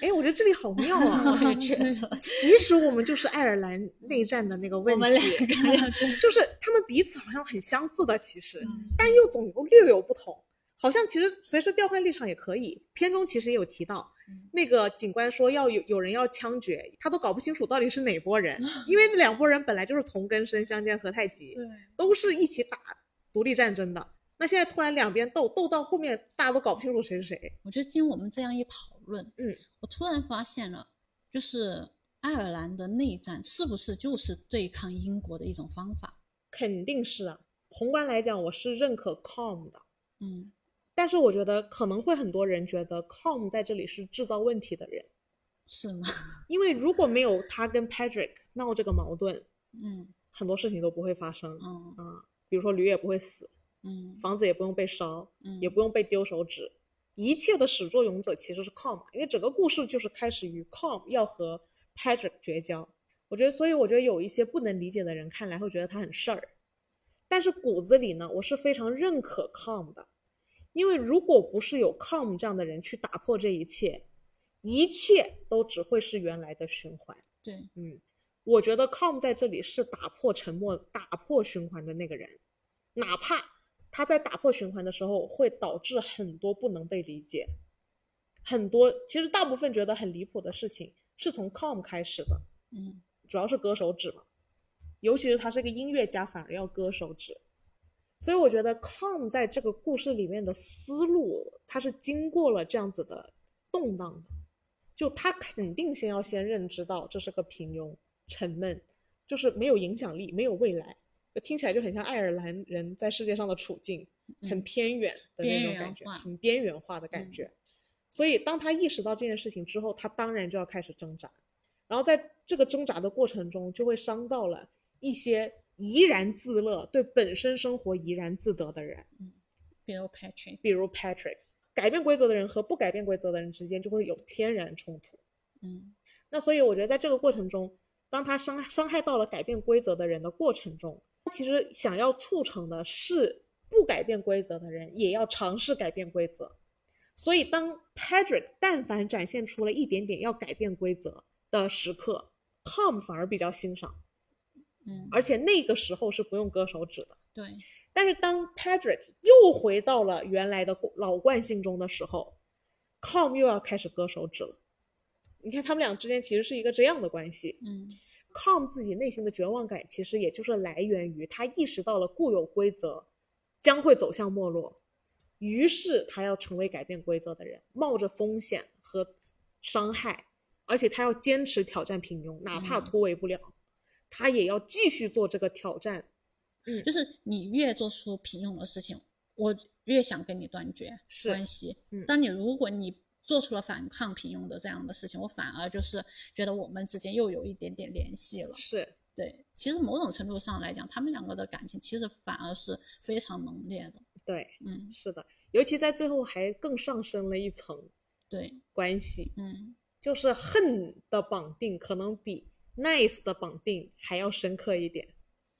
Speaker 1: 哎，我觉得这里好妙啊！
Speaker 2: 我也觉 得
Speaker 1: 其实我们就是爱尔兰内战的那个问
Speaker 2: 我
Speaker 1: 题，
Speaker 2: 们两个人，
Speaker 1: 就是他们彼此好像很相似的，其实。
Speaker 2: 嗯
Speaker 1: 但又总有略有不同。好像其实随时调换立场也可以。片中其实也有提到
Speaker 2: 嗯，
Speaker 1: 那个警官说要有有人要枪决，他都搞不清楚到底是哪拨人，因为那两拨人本来就是同根生，相煎何太急，
Speaker 3: 对，
Speaker 1: 都是一起打独立战争的。那现在突然两边斗，斗到后面大家都搞不清楚谁是谁。
Speaker 2: 我觉得经我们这样一讨论，
Speaker 1: 嗯，
Speaker 2: 我突然发现了，就是爱尔兰的内战是不是就是对抗英国的一种方法？
Speaker 1: 肯定是啊，宏观来讲，我是认可 Com 的，
Speaker 2: 嗯，
Speaker 1: 但是我觉得可能会很多人觉得 Com 在这里是制造问题的人，
Speaker 2: 是吗？
Speaker 1: 因为如果没有他跟 Patrick 闹这个矛盾，
Speaker 2: 嗯
Speaker 1: 很多事情都不会发生啊、
Speaker 2: 嗯
Speaker 1: 比如说驴也不会死，
Speaker 2: 嗯
Speaker 1: 房子也不用被烧，
Speaker 2: 嗯，
Speaker 1: 也不用被丢手指。一切的始作俑者其实是 Com，因为整个故事就是开始于 Com 要和 Patrick 绝交。我觉得，所以我觉得有一些不能理解的人看来会觉得他很事儿，但是骨子里呢，我是非常认可 Com 的，因为如果不是有 com 这样的人去打破这一切，一切都只会是原来的循环。
Speaker 2: 对，
Speaker 1: 嗯，我觉得 com 在这里是打破沉默、打破循环的那个人，哪怕他在打破循环的时候会导致很多不能被理解，很多其实大部分觉得很离谱的事情是从 com 开始的，
Speaker 2: 嗯，
Speaker 1: 主要是割手指嘛，尤其是他是个音乐家，反而要割手指。所以我觉得 com 在这个故事里面的思路，他是经过了这样子的动荡的，就他肯定先要先认知到这是个平庸、沉闷，就是没有影响力、没有未来，听起来就很像爱尔兰人在世界上的处境，很
Speaker 2: 嗯
Speaker 1: 偏远的那
Speaker 2: 边
Speaker 1: 种
Speaker 2: 缘
Speaker 1: 感觉，
Speaker 2: 化
Speaker 1: 很边缘化的感
Speaker 2: 嗯
Speaker 1: 觉。所以当他意识到这件事情之后，他当然就要开始挣扎，然后在这个挣扎的过程中，就会伤到了一些怡然自乐、对本身生活怡然自得的人，
Speaker 2: 比如 Patrick，
Speaker 1: 比如 Patrick。改变规则的人和不改变规则的人之间就会有天然冲突。
Speaker 2: 嗯
Speaker 1: 那所以我觉得在这个过程中，当他伤伤害到了改变规则的人的过程中，他其实想要促成的是不改变规则的人也要尝试改变规则。所以当 Patrick 但凡展现出了一点点要改变规则的时刻，Tom 反而比较欣赏，
Speaker 2: 嗯，
Speaker 1: 而且那个时候是不用割手指的。
Speaker 2: 对，
Speaker 1: 但是当 Patrick 又回到了原来的惯老惯性中的时候，Com 又要开始割手指了。你看他们俩之间其实是一个这样的关系。
Speaker 2: 嗯
Speaker 1: Com 自己内心的绝望感，其实也就是来源于他意识到了固有规则将会走向没落，于是他要成为改变规则的人，冒着风险和伤害，而且他要坚持挑战平庸，哪怕
Speaker 2: 嗯
Speaker 1: 突围不了，他也要继续做这个挑战
Speaker 2: 就是你越做出平庸的事情，我越想跟你断绝
Speaker 1: 是
Speaker 2: 关系。
Speaker 1: 嗯
Speaker 2: 但你如果你做出了反抗平庸的这样的事情，我反而就是觉得我们之间又有一点点联系了。
Speaker 1: 是，
Speaker 2: 对，其实某种程度上来讲，他们两个的感情其实反而是非常浓烈的。
Speaker 1: 对。
Speaker 2: 嗯，
Speaker 1: 是的，尤其在最后还更上升了一层
Speaker 2: 对，
Speaker 1: 关系，
Speaker 2: 嗯，
Speaker 1: 就是恨的绑定可能比 nice 的绑定还要深刻一点。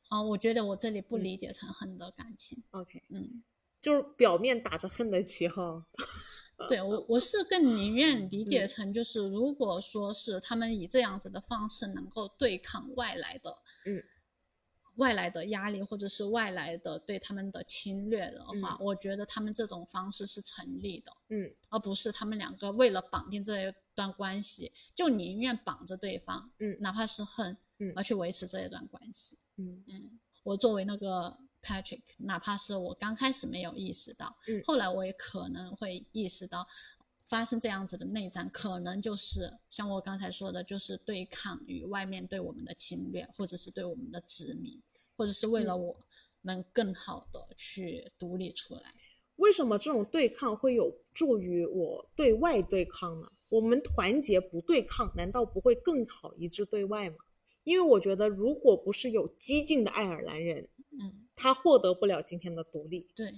Speaker 2: 啊，我觉得我这里不
Speaker 1: 嗯
Speaker 2: 理解陈恨的感情。
Speaker 1: OK，
Speaker 2: 嗯，
Speaker 1: 就是表面打着恨的旗号，
Speaker 2: 对我我是更宁愿理解
Speaker 1: 嗯
Speaker 2: 成就是，如果说是他们以这样子的方式能够对抗外来的，
Speaker 1: 嗯，
Speaker 2: 外来的压力或者是外来的对他们的侵略的话，我觉得他们这种方式是成立的，
Speaker 1: 嗯，
Speaker 2: 而不是他们两个为了绑定这一段关系，就宁愿绑着对方，
Speaker 1: 嗯
Speaker 2: 哪怕是恨，
Speaker 1: 嗯
Speaker 2: 而去维持这一段关系。
Speaker 1: 嗯
Speaker 2: 嗯，我作为那个 Patrick，哪怕是我刚开始没有意识到，
Speaker 1: 嗯
Speaker 2: 后来我也可能会意识到，发生这样子的内战，可能就是像我刚才说的，就是对抗与外面对我们的侵略，或者是对我们的殖民，或者是为了
Speaker 1: 嗯
Speaker 2: 我们更好的去独立出来。
Speaker 1: 为什么这种对抗会有助于我对外对抗呢？我们团结不对抗，难道不会更好一致对外吗？因为我觉得，如果不是有激进的爱尔兰人，
Speaker 2: 嗯，
Speaker 1: 他获得不了今天的独立。
Speaker 2: 对，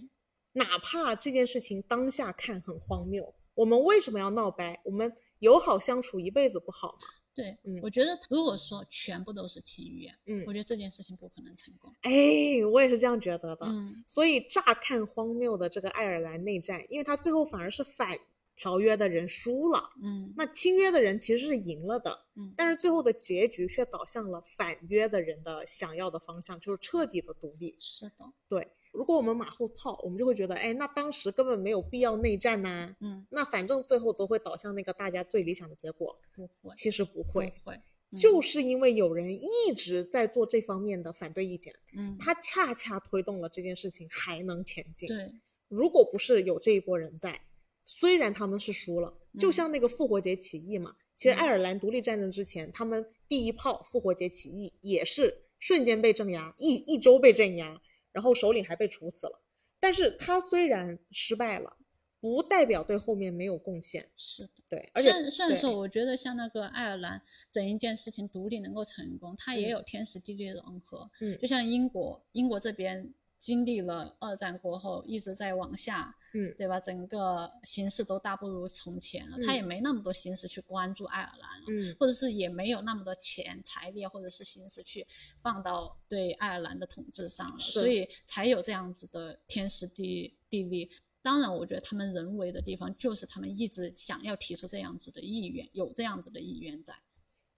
Speaker 1: 哪怕这件事情当下看很荒谬，我们为什么要闹掰？我们友好相处一辈子不好吗？
Speaker 2: 对，
Speaker 1: 嗯
Speaker 2: 我觉得如果说全部都是情愿，
Speaker 1: 嗯
Speaker 2: 我觉得这件事情不可能成功。
Speaker 1: 哎，我也是这样觉得的。
Speaker 2: 嗯，
Speaker 1: 所以乍看荒谬的这个爱尔兰内战，因为他最后反而是反条约的人输了，
Speaker 2: 嗯
Speaker 1: 那亲约的人其实是赢了的，
Speaker 2: 嗯，
Speaker 1: 但是最后的结局却导向了反约的人的想要的方向，就是彻底的独立。
Speaker 2: 是的，
Speaker 1: 对，如果我们马后炮，我们就会觉得，哎，那当时根本没有必要内战呐、
Speaker 2: 嗯，
Speaker 1: 那反正最后都会导向那个大家最理想的结果。
Speaker 2: 不会，
Speaker 1: 其实不
Speaker 2: 不
Speaker 1: 会，
Speaker 2: 会，嗯
Speaker 1: 就是是因为有人一直在做这方面的反对意见，
Speaker 2: 嗯，
Speaker 1: 他恰恰推动了这件事情还能前进。
Speaker 2: 对。
Speaker 1: 如果不是有这一波人在，虽然他们是输了，就
Speaker 2: 嗯
Speaker 1: 像那个复活节起义嘛，其实爱
Speaker 2: 嗯
Speaker 1: 尔兰独立战争之前，他们第一炮复活节起义也是瞬间被镇压，一一周被镇压，然后首领还被处死了。但是他虽然失败了，不代表对后面没有贡献。
Speaker 2: 是的，
Speaker 1: 对，而
Speaker 2: 虽
Speaker 1: 且
Speaker 2: 然虽然
Speaker 1: 对
Speaker 2: 说，我觉得像那个爱尔兰整一件事情独立能够成功，它也
Speaker 1: 嗯
Speaker 2: 有天时地利人和。
Speaker 1: 嗯
Speaker 2: 就像英国，英国这边经历了二战过后一直在往下，
Speaker 1: 嗯
Speaker 2: 对吧？整个形势都大不如从前了，他
Speaker 1: 嗯
Speaker 2: 也没那么多心思去关注爱尔兰了。
Speaker 1: 嗯
Speaker 2: 或者是也没有那么多钱、财力或者是心思去放到对爱尔兰的统治上了，
Speaker 1: 是
Speaker 2: 所以才有这样子的天时地地利。当然，我觉得他们人为的地方就是他们一直想要提出这样子的意愿，有这样子的意愿在。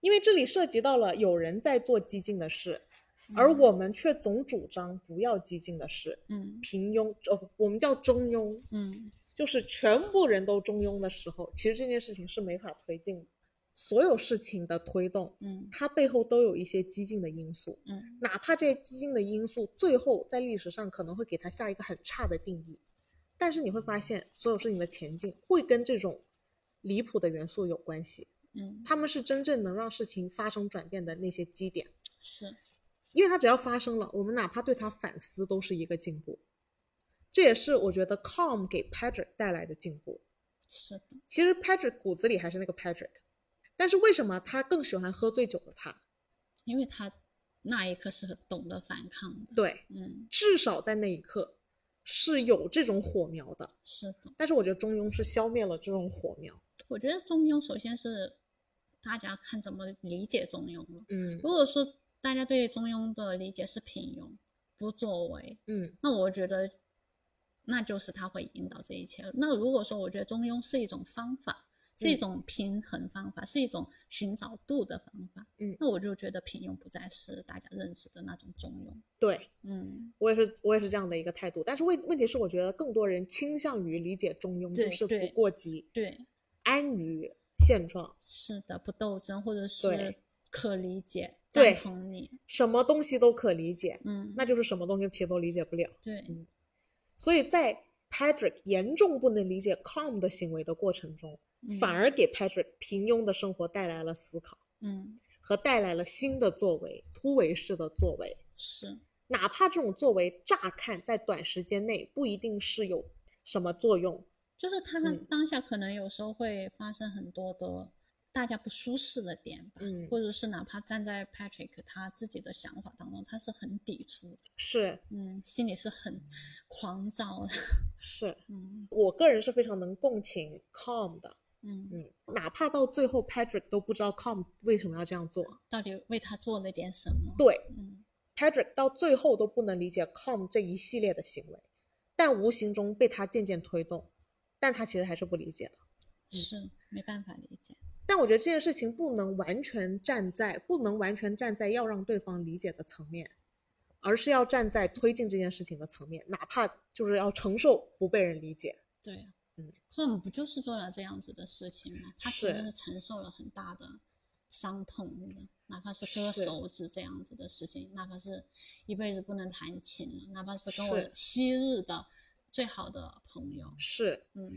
Speaker 1: 因为这里涉及到了有人在做激进的事，而我们却总主张不要激进的事，
Speaker 2: 嗯
Speaker 1: 平庸，哦，我们叫中庸，
Speaker 2: 嗯
Speaker 1: 就是全部人都中庸的时候，其实这件事情是没法推进的。所有事情的推动，
Speaker 2: 嗯
Speaker 1: 它背后都有一些激进的因素，
Speaker 2: 嗯
Speaker 1: 哪怕这些激进的因素最后在历史上可能会给它下一个很差的定义，但是你会发现，所有事情的前进会跟这种离谱的元素有关系。
Speaker 2: 嗯，
Speaker 1: 他们是真正能让事情发生转变的那些基点，
Speaker 2: 是，
Speaker 1: 因为它只要发生了，我们哪怕对它反思都是一个进步。这也是我觉得 Calm 给 Patrick 带来的进步。
Speaker 2: 是的，
Speaker 1: 其实 Patrick 骨子里还是那个 Patrick，但是为什么他更喜欢喝醉酒的他？
Speaker 2: 因为他那一刻是很懂得反抗的。
Speaker 1: 对，
Speaker 2: 嗯，
Speaker 1: 至少在那一刻是有这种火苗的。
Speaker 2: 是的，
Speaker 1: 但是我觉得中庸是消灭了这种火苗。
Speaker 2: 我觉得中庸首先是大家看怎么理解中庸了。
Speaker 1: 嗯
Speaker 2: 如果说大家对中庸的理解是平庸、不作为，
Speaker 1: 嗯
Speaker 2: 那我觉得那就是他会引导这一切。那如果说我觉得中庸是一种方法，是一
Speaker 1: 嗯
Speaker 2: 种平衡方法，是一种寻找度的方法，
Speaker 1: 嗯
Speaker 2: 那我就觉得平庸不再是大家认识的那种中庸。
Speaker 1: 对
Speaker 2: 嗯，
Speaker 1: 我也是，我也是这样的一个态度。但是问问题是，我觉得更多人倾向于理解中庸，
Speaker 2: 对
Speaker 1: 就是不
Speaker 2: 对
Speaker 1: 过激。
Speaker 2: 对，
Speaker 1: 安于现状，
Speaker 2: 是的，不斗争或者是
Speaker 1: 对
Speaker 2: 可理解、
Speaker 1: 对
Speaker 2: 赞同你，
Speaker 1: 什么东西都可理解，
Speaker 2: 嗯，
Speaker 1: 那就是什么东西其实都理解不了。
Speaker 2: 对，
Speaker 1: 所以在 Patrick 严重不能理解 Com 的行为的过程中，反
Speaker 2: 嗯
Speaker 1: 而给 Patrick 平庸的生活带来了思考
Speaker 2: 嗯
Speaker 1: 和带来了新的作为，突围式的作为。
Speaker 2: 是，
Speaker 1: 哪怕这种作为乍看在短时间内不一定是有什么作用，
Speaker 2: 就是他
Speaker 1: 嗯
Speaker 2: 当下可能有时候会发生很多的大家不舒适的点吧，
Speaker 1: 嗯
Speaker 2: 或者是哪怕站在 Patrick 他自己的想法当中，他是很抵触的，
Speaker 1: 是
Speaker 2: 嗯，心里是很狂 躁的，
Speaker 1: 是，
Speaker 2: 嗯
Speaker 1: 我个人是非常能共情 Com 的，
Speaker 2: 嗯，
Speaker 1: 嗯，哪怕到最后 Patrick 都不知道 Com 为什么要这样做，
Speaker 2: 到底为他做了点什么？
Speaker 1: 对，
Speaker 2: 嗯
Speaker 1: Patrick 到最后都不能理解 Com 这一系列的行为，但无形中被他渐渐推动，但他其实还是不理解的。嗯
Speaker 2: 是没办法理解，
Speaker 1: 但我觉得这件事情不能完全站在不能完全站在要让对方理解的层面，而是要站在推进这件事情的层面，哪怕就是要承受不被人理解。
Speaker 2: 对啊，
Speaker 1: 嗯
Speaker 2: ，Com 不就是做了这样子的事情吗？他其
Speaker 1: 是
Speaker 2: 实是承受了很大的伤痛的，哪怕是割
Speaker 1: 是
Speaker 2: 手指这样子的事情，哪怕是一辈子不能弹琴了，哪怕是跟
Speaker 1: 是
Speaker 2: 我昔日的最好的朋友，
Speaker 1: 是，
Speaker 2: 嗯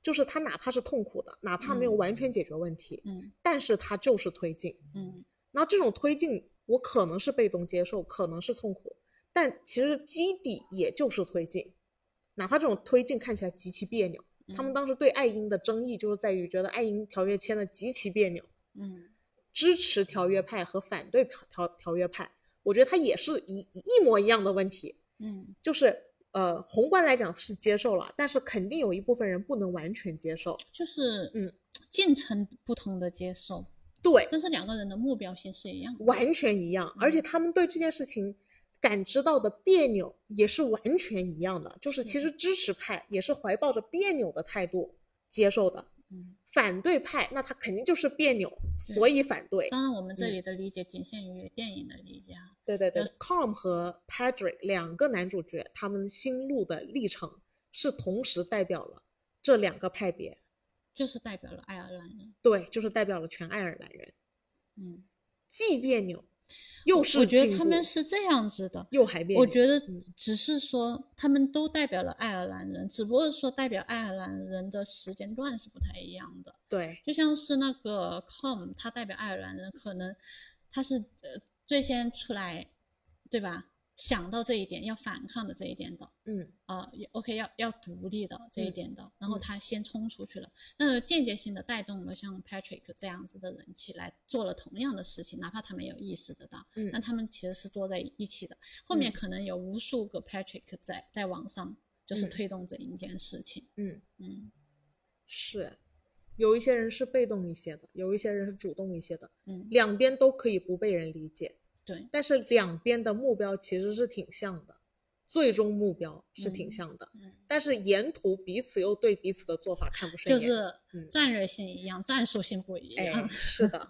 Speaker 1: 就是他哪怕是痛苦的，哪怕没有
Speaker 2: 嗯
Speaker 1: 完全解决问题，
Speaker 2: 嗯
Speaker 1: 但是他就是推进。
Speaker 2: 嗯，
Speaker 1: 那这种推进，我可能是被动接受，可能是痛苦，但其实基底也就是推进，哪怕这种推进看起来极其别扭。他们
Speaker 2: 嗯
Speaker 1: 当时对爱因的争议就是在于觉得爱因条约签的极其别扭，
Speaker 2: 嗯
Speaker 1: 支持条约派和反对条条条约派，我觉得它也是一一模一样的问题，
Speaker 2: 嗯
Speaker 1: 就是呃宏观来讲是接受了，但是肯定有一部分人不能完全接受。
Speaker 2: 就是
Speaker 1: 嗯
Speaker 2: 进程不同的接受，
Speaker 1: 对，
Speaker 2: 但是两个人的目标性是一样的，
Speaker 1: 完全一样，而且他们对这件事情感知到的别扭也是完全一样的，就是其实支持派也是怀抱着别扭的态度接受的，
Speaker 2: 嗯。
Speaker 1: 反对派那他肯定就是别扭，
Speaker 2: 是
Speaker 1: 所以反对。
Speaker 2: 当然，我们这
Speaker 1: 嗯
Speaker 2: 里的理解仅限于电影的理解啊。
Speaker 1: 对对对，Com 呃和 Patrick 两个男主角，他们心路的历程是同时代表了这两个派别，
Speaker 2: 就是代表了爱尔兰人，
Speaker 1: 对，就是代表了全爱尔兰人，
Speaker 2: 嗯，
Speaker 1: 既别扭，又是
Speaker 2: 我觉
Speaker 1: 进
Speaker 2: 得他们
Speaker 1: 步
Speaker 2: 是这样子的，
Speaker 1: 又还别扭，
Speaker 2: 我觉得
Speaker 1: 嗯
Speaker 2: 只是说他们都代表了爱尔兰人，只不过说代表爱尔兰人的时间段是不太一样的。
Speaker 1: 对，
Speaker 2: 就像是那个 Com，他代表爱尔兰人，可能他是呃最先出来，对吧？想到这一点要反抗的这一点的，
Speaker 1: 嗯
Speaker 2: 呃也，OK 要要独立的这一
Speaker 1: 嗯
Speaker 2: 点的，然后
Speaker 1: 嗯
Speaker 2: 他先冲出去了，那间接性的带动了像 Patrick 这样子的人起来做了同样的事情，哪怕他没有意识得到，
Speaker 1: 嗯
Speaker 2: 那他们其实是坐在一起的。后面
Speaker 1: 嗯
Speaker 2: 可能有无数个 Patrick 在在网上就是
Speaker 1: 嗯
Speaker 2: 推动这一件事情，
Speaker 1: 嗯。
Speaker 2: 嗯
Speaker 1: 是，有一些人是被动一些的，有一些人是主动一些的，
Speaker 2: 嗯，
Speaker 1: 两边都可以不被人理解，
Speaker 2: 对
Speaker 1: 但是两边的目标其实是挺像的，最终目标是挺像的，
Speaker 2: 嗯嗯
Speaker 1: 但是沿途彼此又对彼此的做法看不顺
Speaker 2: 就
Speaker 1: 眼，
Speaker 2: 是
Speaker 1: 嗯
Speaker 2: 战略性一样，战术性不一
Speaker 1: 哎，
Speaker 2: 样。
Speaker 1: 是 的，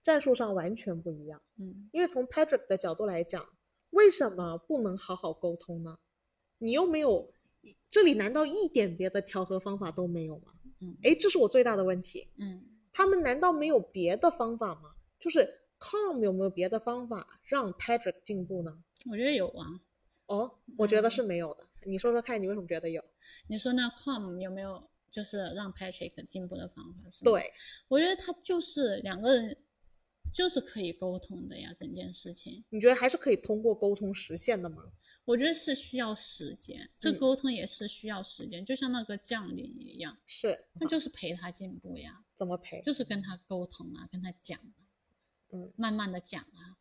Speaker 1: 战术上完全不一样。
Speaker 2: 嗯
Speaker 1: 因为从 Patrick 的角度来讲，为什么不能好好沟通呢？你又没有，这里难道一点别的调和方法都没有吗？
Speaker 2: 嗯
Speaker 1: 哎，这是我最大的问题。
Speaker 2: 嗯
Speaker 1: 他们难道没有别的方法吗？就是 Com 有没有别的方法让 Patrick 进步呢？
Speaker 2: 我觉得有啊。
Speaker 1: 哦，我觉得
Speaker 2: 嗯
Speaker 1: 是没有的。你说说看，你为什么觉得有？
Speaker 2: 你说那 Com 有没有就是让 Patrick 进步的方法？是吗，
Speaker 1: 对，
Speaker 2: 我觉得他就是两个人就是可以沟通的呀，整件事情。
Speaker 1: 你觉得还是可以通过沟通实现的吗？
Speaker 2: 我觉得是需要时间，这
Speaker 1: 嗯
Speaker 2: 沟通也是需要时间，就像那个将领一样，
Speaker 1: 是，
Speaker 2: 那就是陪他进步呀，
Speaker 1: 怎么赔？
Speaker 2: 就是跟他沟通啊，跟他讲啊，
Speaker 1: 嗯
Speaker 2: 慢慢的讲啊，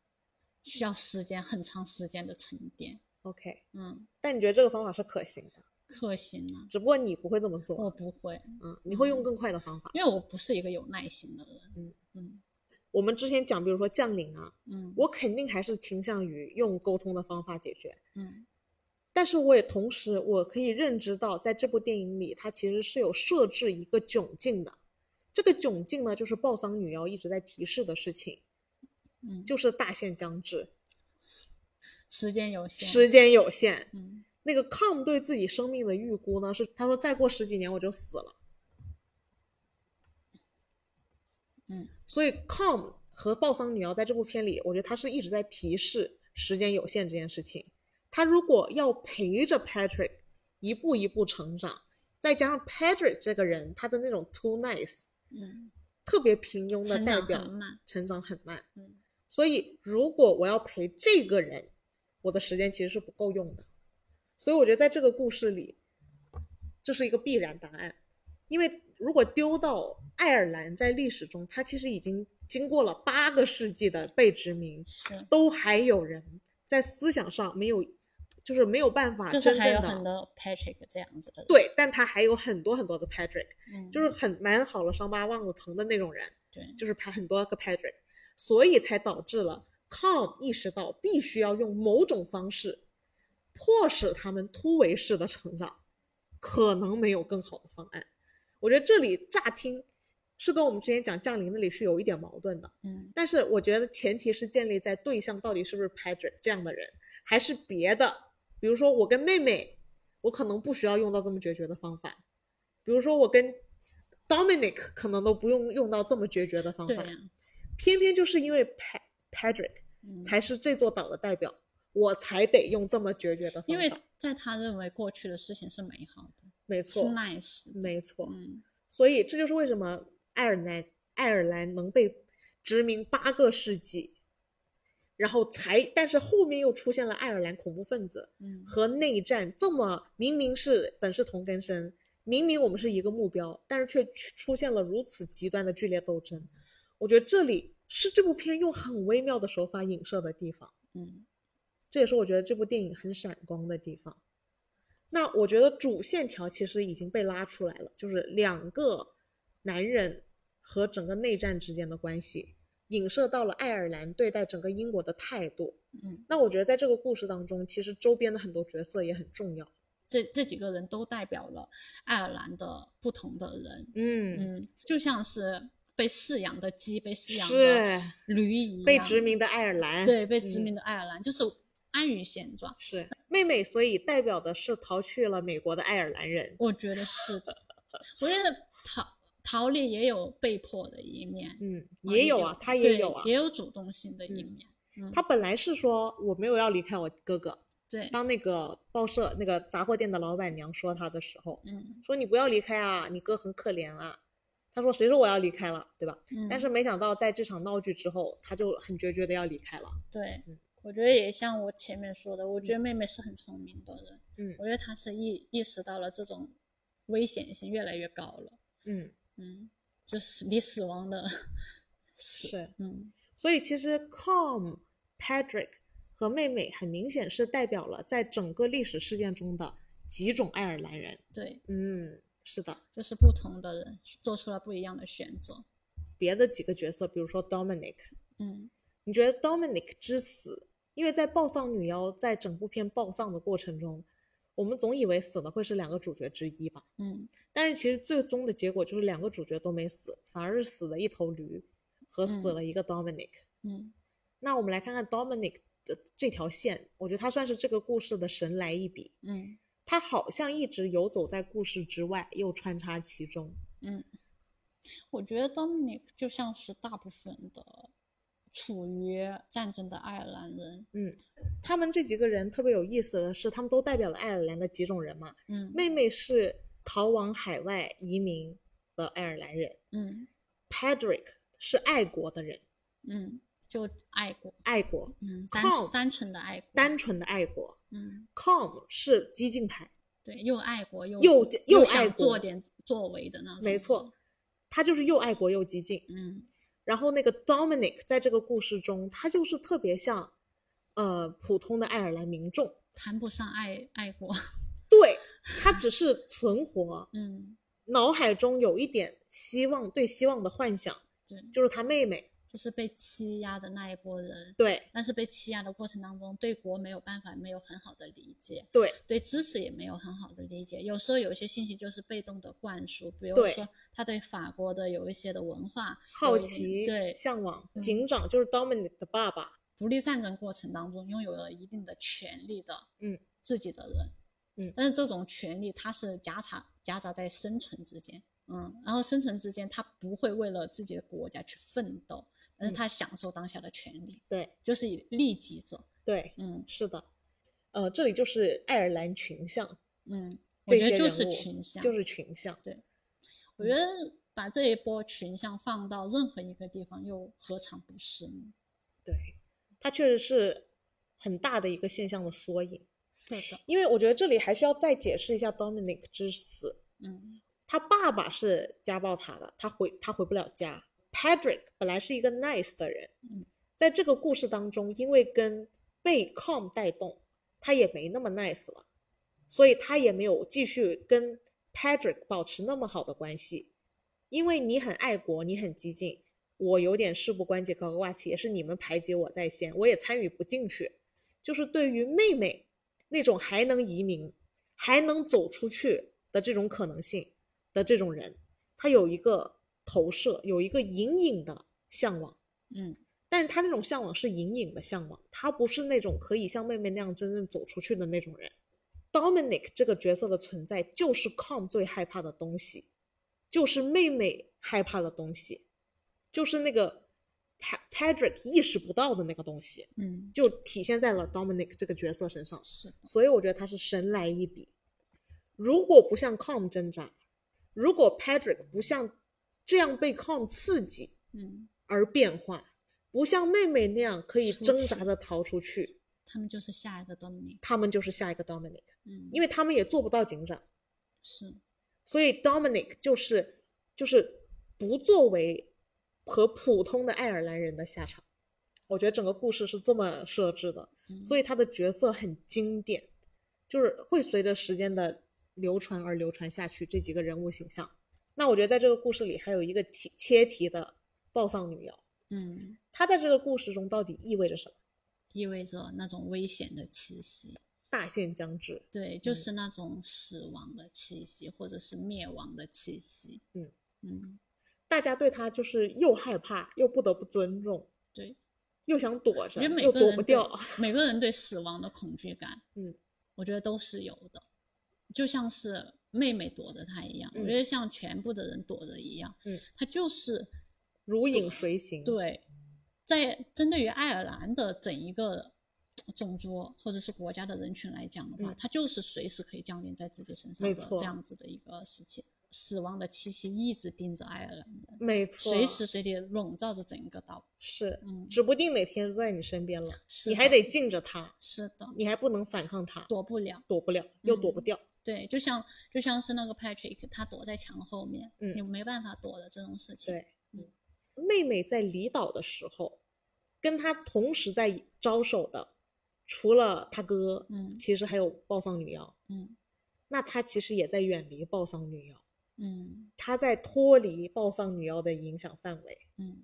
Speaker 2: 需要时间，很长时间的沉淀，
Speaker 1: OK，
Speaker 2: 嗯，
Speaker 1: 但你觉得这个方法是可行的，
Speaker 2: 可行啊，
Speaker 1: 只不过你不会这么做，
Speaker 2: 我不会，
Speaker 1: 嗯，你会用更快的方法。
Speaker 2: 因为我不是一个有耐心的人，
Speaker 1: 嗯
Speaker 2: 嗯
Speaker 1: 我们之前讲，比如说降临啊，
Speaker 2: 嗯
Speaker 1: 我肯定还是倾向于用沟通的方法解决，
Speaker 2: 嗯
Speaker 1: 但是我也同时我可以认知到，在这部电影里，它其实是有设置一个窘境的。这个窘境呢，就是暴丧女妖一直在提示的事情，
Speaker 2: 嗯，
Speaker 1: 就是大限将至，
Speaker 2: 时间有限，
Speaker 1: 时间有限。
Speaker 2: 嗯
Speaker 1: 那个 Com 对自己生命的预估呢，是他说再过十几年我就死了。
Speaker 2: 嗯，
Speaker 1: 所以 Com 和暴丧女妖在这部片里，我觉得他是一直在提示时间有限这件事情。他如果要陪着 Patrick 一步一步成长，再加上 Patrick 这个人他的那种 too nice，
Speaker 2: 嗯，
Speaker 1: 特别平庸的
Speaker 2: 成
Speaker 1: 代
Speaker 2: 长
Speaker 1: 表，
Speaker 2: 很慢，
Speaker 1: 成长很慢。
Speaker 2: 嗯
Speaker 1: 所以如果我要陪这个人，我的时间其实是不够用的。所以我觉得在这个故事里，这是一个必然答案，因为如果丢到爱尔兰，在历史中，它其实已经经过了八个世纪的被殖民，
Speaker 2: 是。
Speaker 1: 都还有人在思想上没有，就是没有办法
Speaker 2: 就
Speaker 1: 啊真
Speaker 2: 是
Speaker 1: 正
Speaker 2: 还有很
Speaker 1: 的。
Speaker 2: 多 Patrick 这样子的人，
Speaker 1: 对，但他还有很多很多的 Patrick，
Speaker 2: 嗯，
Speaker 1: 就是很蛮好了伤疤忘了疼的那种人。
Speaker 2: 对，
Speaker 1: 就是排很多个 Patrick，所以才导致了 Com 意识到必须要用某种方式迫使他们突围式的成长，可能没有更好的方案。我觉得这里乍听是跟我们之前讲降临那里是有一点矛盾的，
Speaker 2: 嗯
Speaker 1: 但是我觉得前提是建立在对象到底是不是 Patrick 这样的人，还是别的，比如说我跟妹妹，我可能不需要用到这么决绝的方法，比如说我跟 Dominic 可能都不用用到这么决绝的方
Speaker 2: 对
Speaker 1: 法
Speaker 2: 呀、，
Speaker 1: 偏偏就是因为 Pa- Patrick
Speaker 2: 嗯，
Speaker 1: 才是这座岛的代表，我才得用这么决绝的方法，
Speaker 2: 因为在他认为过去的事情是美好的，
Speaker 1: 没
Speaker 2: 是
Speaker 1: 错，
Speaker 2: nice，的
Speaker 1: 没错，
Speaker 2: 嗯
Speaker 1: 所以这就是为什么爱尔兰爱尔兰能被殖民八个世纪，然后才但是后面又出现了爱尔兰恐怖分子
Speaker 2: 嗯
Speaker 1: 和内战，这么明明是本是同根生，明明我们是一个目标，但是却出出现了如此极端的剧烈斗争。我觉得这里是这部片用很微妙的手法影射的地方。
Speaker 2: 嗯
Speaker 1: 这也是我觉得这部电影很闪光的地方。那我觉得主线条其实已经被拉出来了，就是两个男人和整个内战之间的关系，影射到了爱尔兰对待整个英国的态度。
Speaker 2: 嗯，
Speaker 1: 那我觉得在这个故事当中，其实周边的很多角色也很重要。
Speaker 2: 这这几个人都代表了爱尔兰的不同的人，
Speaker 1: 嗯，
Speaker 2: 嗯，就像是被饲养的鸡，被饲养的
Speaker 1: 是
Speaker 2: 驴一样，
Speaker 1: 被殖民的爱尔兰，
Speaker 2: 对，被殖
Speaker 1: 嗯
Speaker 2: 民的爱尔兰、就是安于现状，
Speaker 1: 是妹妹，所以代表的是逃去了美国的爱尔兰人。
Speaker 2: 我觉得是的，我觉得逃逃离也有被迫的一面，啊
Speaker 1: 也有啊，他也
Speaker 2: 对
Speaker 1: 有啊，
Speaker 2: 也有主动性的一
Speaker 1: 嗯
Speaker 2: 面。嗯
Speaker 1: 他本来是说我没有要离开我哥哥。
Speaker 2: 对，
Speaker 1: 当那个报社那个杂货店的老板娘说他的时候，
Speaker 2: 嗯
Speaker 1: 说你不要离开啊，你哥很可怜啊。他说谁说我要离开了，对吧？
Speaker 2: 嗯，
Speaker 1: 但是没想到在这场闹剧之后，他就很决绝的要离开了。
Speaker 2: 对
Speaker 1: 嗯，
Speaker 2: 我觉得也像我前面说的，我觉得妹妹是很聪明的人，
Speaker 1: 嗯
Speaker 2: 我觉得她是意意识到了这种危险性越来越高了，
Speaker 1: 嗯，
Speaker 2: 嗯，就是离死亡的死，
Speaker 1: 是。
Speaker 2: 嗯
Speaker 1: 所以其实 Com、Patrick 和妹妹很明显是代表了在整个历史事件中的几种爱尔兰人。
Speaker 2: 对，
Speaker 1: 嗯，是的。
Speaker 2: 就是不同的人做出了不一样的选择，
Speaker 1: 别的几个角色，比如说 Dominic，
Speaker 2: 嗯
Speaker 1: 你觉得 Dominic 之死因为在报丧女妖在整部片报丧的过程中，我们总以为死的会是两个主角之一吧，
Speaker 2: 嗯，
Speaker 1: 但是其实最终的结果就是两个主角都没死，反而是死了一头驴和死
Speaker 2: 嗯
Speaker 1: 了一个 Dominic。
Speaker 2: 嗯
Speaker 1: 那我们来看看 Dominic 的这条线，我觉得他算是这个故事的神来一笔。
Speaker 2: 嗯
Speaker 1: 他好像一直游走在故事之外，又穿插其中。
Speaker 2: 嗯，我觉得 Dominic 就像是大部分的处于战争的爱尔兰人，
Speaker 1: 他们这几个人特别有意思的是，他们都代表了爱尔兰的几种人嘛。
Speaker 2: 嗯
Speaker 1: 妹妹是逃往海外移民的爱尔兰人
Speaker 2: 嗯
Speaker 1: ，Patrick 是爱国的人，
Speaker 2: 嗯，就爱国，
Speaker 1: 爱国，
Speaker 2: 嗯，单
Speaker 1: Calm
Speaker 2: 单纯的爱国，
Speaker 1: 单纯的爱国。
Speaker 2: 嗯，
Speaker 1: Com 是激进派，
Speaker 2: 对，又爱国又
Speaker 1: 又又
Speaker 2: 又
Speaker 1: 爱
Speaker 2: 想
Speaker 1: 国
Speaker 2: 做点作为的那种，
Speaker 1: 没错，，他就是又爱国又激进。
Speaker 2: 嗯
Speaker 1: 然后那个 Dominic 在这个故事中，他就是特别像，呃，普通的爱尔兰民众。
Speaker 2: 谈不上爱爱国，
Speaker 1: 对他只是存活，
Speaker 2: 嗯，
Speaker 1: 脑海中有一点希望，对希望的幻想，
Speaker 2: 对，
Speaker 1: 就是他妹妹。
Speaker 2: 就是被欺压的那一波人，
Speaker 1: 对
Speaker 2: 但是被欺压的过程当中，对国没有办法，没有很好的理解，
Speaker 1: 对
Speaker 2: 对知识也没有很好的理解。有时候有一些信息就是被动的灌输，比如
Speaker 1: 对
Speaker 2: 说他对法国的有一些的文化
Speaker 1: 好
Speaker 2: 有一
Speaker 1: 奇、
Speaker 2: 点对
Speaker 1: 向往，
Speaker 2: 嗯
Speaker 1: 警长就是 Dominic 的爸爸。
Speaker 2: 独立战争过程当中拥有了一定的权利的，
Speaker 1: 嗯，
Speaker 2: 自己的人，
Speaker 1: 嗯
Speaker 2: 但是这种权利它是夹杂夹杂在生存之间，嗯，然后生存之间他不会为了自己的国家去奋斗，但
Speaker 1: 嗯
Speaker 2: 是他享受当下的权利，
Speaker 1: 对
Speaker 2: 就是以利己者，
Speaker 1: 对，
Speaker 2: 嗯
Speaker 1: 是的，呃，这里就是爱尔兰群像，
Speaker 2: 嗯，我
Speaker 1: 这
Speaker 2: 觉
Speaker 1: 些
Speaker 2: 得
Speaker 1: 人物
Speaker 2: 就是群像，
Speaker 1: 就是群像。
Speaker 2: 我觉得把这一波群像放到任何一个地方，又何尝不是呢？
Speaker 1: 对，它确实是很大的一个现象的缩影。
Speaker 2: 对的，
Speaker 1: 因为我觉得这里还需要再解释一下 Dominic 之死，
Speaker 2: 嗯
Speaker 1: 他爸爸是家暴他的，他回他回不了家。Patrick 本来是一个 nice 的人，
Speaker 2: 嗯，
Speaker 1: 在这个故事当中，因为跟被 Com 带动，他也没那么 nice 了，所以他也没有继续跟 Patrick 保持那么好的关系。因为你很爱国，你很激进，我有点事不关己高高挂起，也是你们排挤我在先，我也参与不进去。就是对于妹妹那种还能移民、还能走出去的这种可能性的这种人，他有一个投射，有一个隐隐的向往。
Speaker 2: 嗯
Speaker 1: 但是他那种向往是隐隐的向往，他不是那种可以像妹妹那样真正走出去的那种人。Dominic 这个角色的存在就是 Com 最害怕的东西，就是妹妹害怕的东西，就是那个 Pa- Patrick 意识不到的那个东西，
Speaker 2: 嗯，
Speaker 1: 就体现在了 Dominic 这个角色身上。
Speaker 2: 是的，
Speaker 1: 所以我觉得他是神来一笔。如果不像 Com 挣扎，如果 Patrick 不像这样被 Com 刺激，
Speaker 2: 嗯，
Speaker 1: 而变化，不像妹妹那样可以
Speaker 2: 出
Speaker 1: 挣扎
Speaker 2: 去
Speaker 1: 的逃出去，
Speaker 2: 他们就是下一个 Dominic，
Speaker 1: 他们就是下一个 Dominic，
Speaker 2: 嗯，
Speaker 1: 因为他们也做不到警长，
Speaker 2: 是，
Speaker 1: 所以 Dominic 就是就是不作为和普通的爱尔兰人的下场。我觉得整个故事是这么设置的，所
Speaker 2: 以
Speaker 1: 以他的角色很经典，就是会随着时间的流传而流传下去这几个人物形象。那我觉得在这个故事里还有一个题切题的暴丧女妖，
Speaker 2: 嗯，
Speaker 1: 她在这个故事中到底意味着什么？
Speaker 2: 意味着那种危险的气息，
Speaker 1: 大限将至。
Speaker 2: 对，就
Speaker 1: 嗯
Speaker 2: 是那种死亡的气息，或者是灭亡的气息，
Speaker 1: 嗯
Speaker 2: 嗯，
Speaker 1: 大家对他就是又害怕，又不得不尊重，
Speaker 2: 对，
Speaker 1: 又想躲
Speaker 2: 我
Speaker 1: 着，
Speaker 2: 觉得每
Speaker 1: 又
Speaker 2: 个
Speaker 1: 躲
Speaker 2: 人
Speaker 1: 不
Speaker 2: 对
Speaker 1: 掉。
Speaker 2: 每个人对死亡的恐惧感，
Speaker 1: 嗯，
Speaker 2: 我觉得都是有的，就像是妹妹躲着他一样，我
Speaker 1: 嗯
Speaker 2: 觉得像全部的人躲着一样，
Speaker 1: 嗯，
Speaker 2: 他就是
Speaker 1: 如影随形。，
Speaker 2: 对，在针对于爱尔兰的整一个呃种族或者是国家的人群来讲的话，
Speaker 1: 嗯
Speaker 2: 它就是随时可以降临在自己身上
Speaker 1: 没
Speaker 2: 的
Speaker 1: 错
Speaker 2: 这样子的一个事情。死亡的气息一直盯着爱尔兰人，
Speaker 1: 没错，
Speaker 2: 随时随地笼罩着整个岛。
Speaker 1: 是，
Speaker 2: 嗯，
Speaker 1: 指不定哪天就在你身边了，
Speaker 2: 是
Speaker 1: 你还
Speaker 2: 的
Speaker 1: 得敬着他，
Speaker 2: 是的，
Speaker 1: 你还不能反抗他，
Speaker 2: 躲不了。
Speaker 1: 躲不了，又躲
Speaker 2: 嗯
Speaker 1: 不掉。
Speaker 2: 对，就像就像是那个 Patrick，他躲在墙后面，
Speaker 1: 嗯
Speaker 2: 你没办法躲的这种事情。
Speaker 1: 对，妹妹在离岛的时候，跟她同时在招手的，除了她哥，
Speaker 2: 嗯
Speaker 1: 其实还有暴丧女妖。
Speaker 2: 嗯
Speaker 1: 那她其实也在远离暴丧女妖，
Speaker 2: 嗯
Speaker 1: 她在脱离暴丧女妖的影响范围。
Speaker 2: 嗯，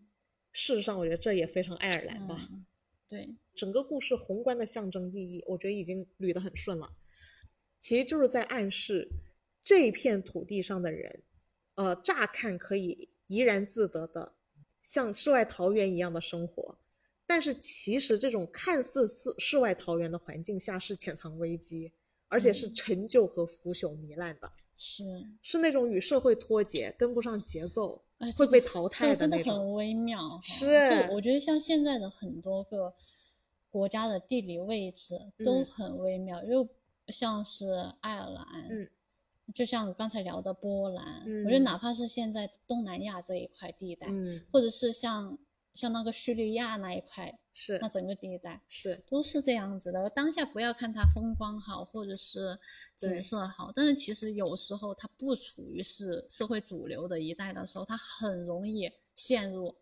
Speaker 1: 事实上，我觉得这也非常爱尔兰吧。
Speaker 2: 嗯对，
Speaker 1: 整个故事宏观的象征意义，我觉得已经捋得很顺了。其实就是在暗示这片土地上的人，呃，乍看可以怡然自得的像世外桃源一样的生活，但是其实这种看似世世外桃源的环境下是潜藏危机，而且
Speaker 2: 嗯
Speaker 1: 是陈旧和腐朽糜烂的，
Speaker 2: 是，
Speaker 1: 是那种与社会脱节、跟不上节奏、
Speaker 2: 哎，这
Speaker 1: 会
Speaker 2: 个
Speaker 1: 被淘
Speaker 2: 这个
Speaker 1: 汰
Speaker 2: 真的
Speaker 1: 那种。
Speaker 2: 很微妙哈。
Speaker 1: 是
Speaker 2: 就我觉得像现在的很多个国家的地理位置都
Speaker 1: 嗯
Speaker 2: 很微妙，又像是爱尔兰，
Speaker 1: 嗯
Speaker 2: 就像刚才聊的波兰，我觉得
Speaker 1: 嗯
Speaker 2: 哪怕是现在东南亚这一块地带，
Speaker 1: 嗯，
Speaker 2: 或者是像像那个叙利亚那一块，
Speaker 1: 是
Speaker 2: 那整个地带。
Speaker 1: 是，
Speaker 2: 都是这样子的。当下不要看它风光好，或者是
Speaker 1: 对
Speaker 2: 景色好，但是其实有时候它不处于是社会主流的一代的时候，它很容易陷入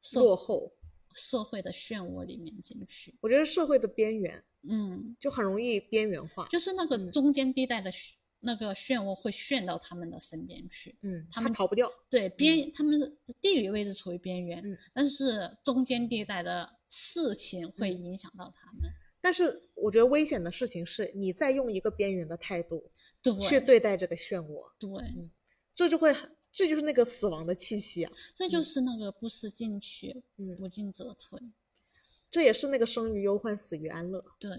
Speaker 2: 社
Speaker 1: 落后。
Speaker 2: 社会的漩涡里面进去。
Speaker 1: 我觉得社会的边缘
Speaker 2: 嗯，
Speaker 1: 就很容易边缘化。
Speaker 2: 就是那个
Speaker 1: 嗯
Speaker 2: 中间地带的漩那个漩涡会旋到他们的身边去。
Speaker 1: 嗯，
Speaker 2: 他
Speaker 1: 他
Speaker 2: 们
Speaker 1: 逃不掉。
Speaker 2: 对边，他们的地理位置处于边缘，
Speaker 1: 嗯
Speaker 2: 但是中间地带的事情会
Speaker 1: 嗯
Speaker 2: 影响到他们。
Speaker 1: 但是我觉得危险的事情是，你再用一个边缘的态度去
Speaker 2: 对
Speaker 1: 对待这个漩涡，
Speaker 2: 对，
Speaker 1: 这就会，这就是那个死亡的气息啊。
Speaker 2: 这就是那个不思进取，
Speaker 1: 嗯
Speaker 2: 不进则退。
Speaker 1: 这也是那个生于忧患，死于安乐。
Speaker 2: 对，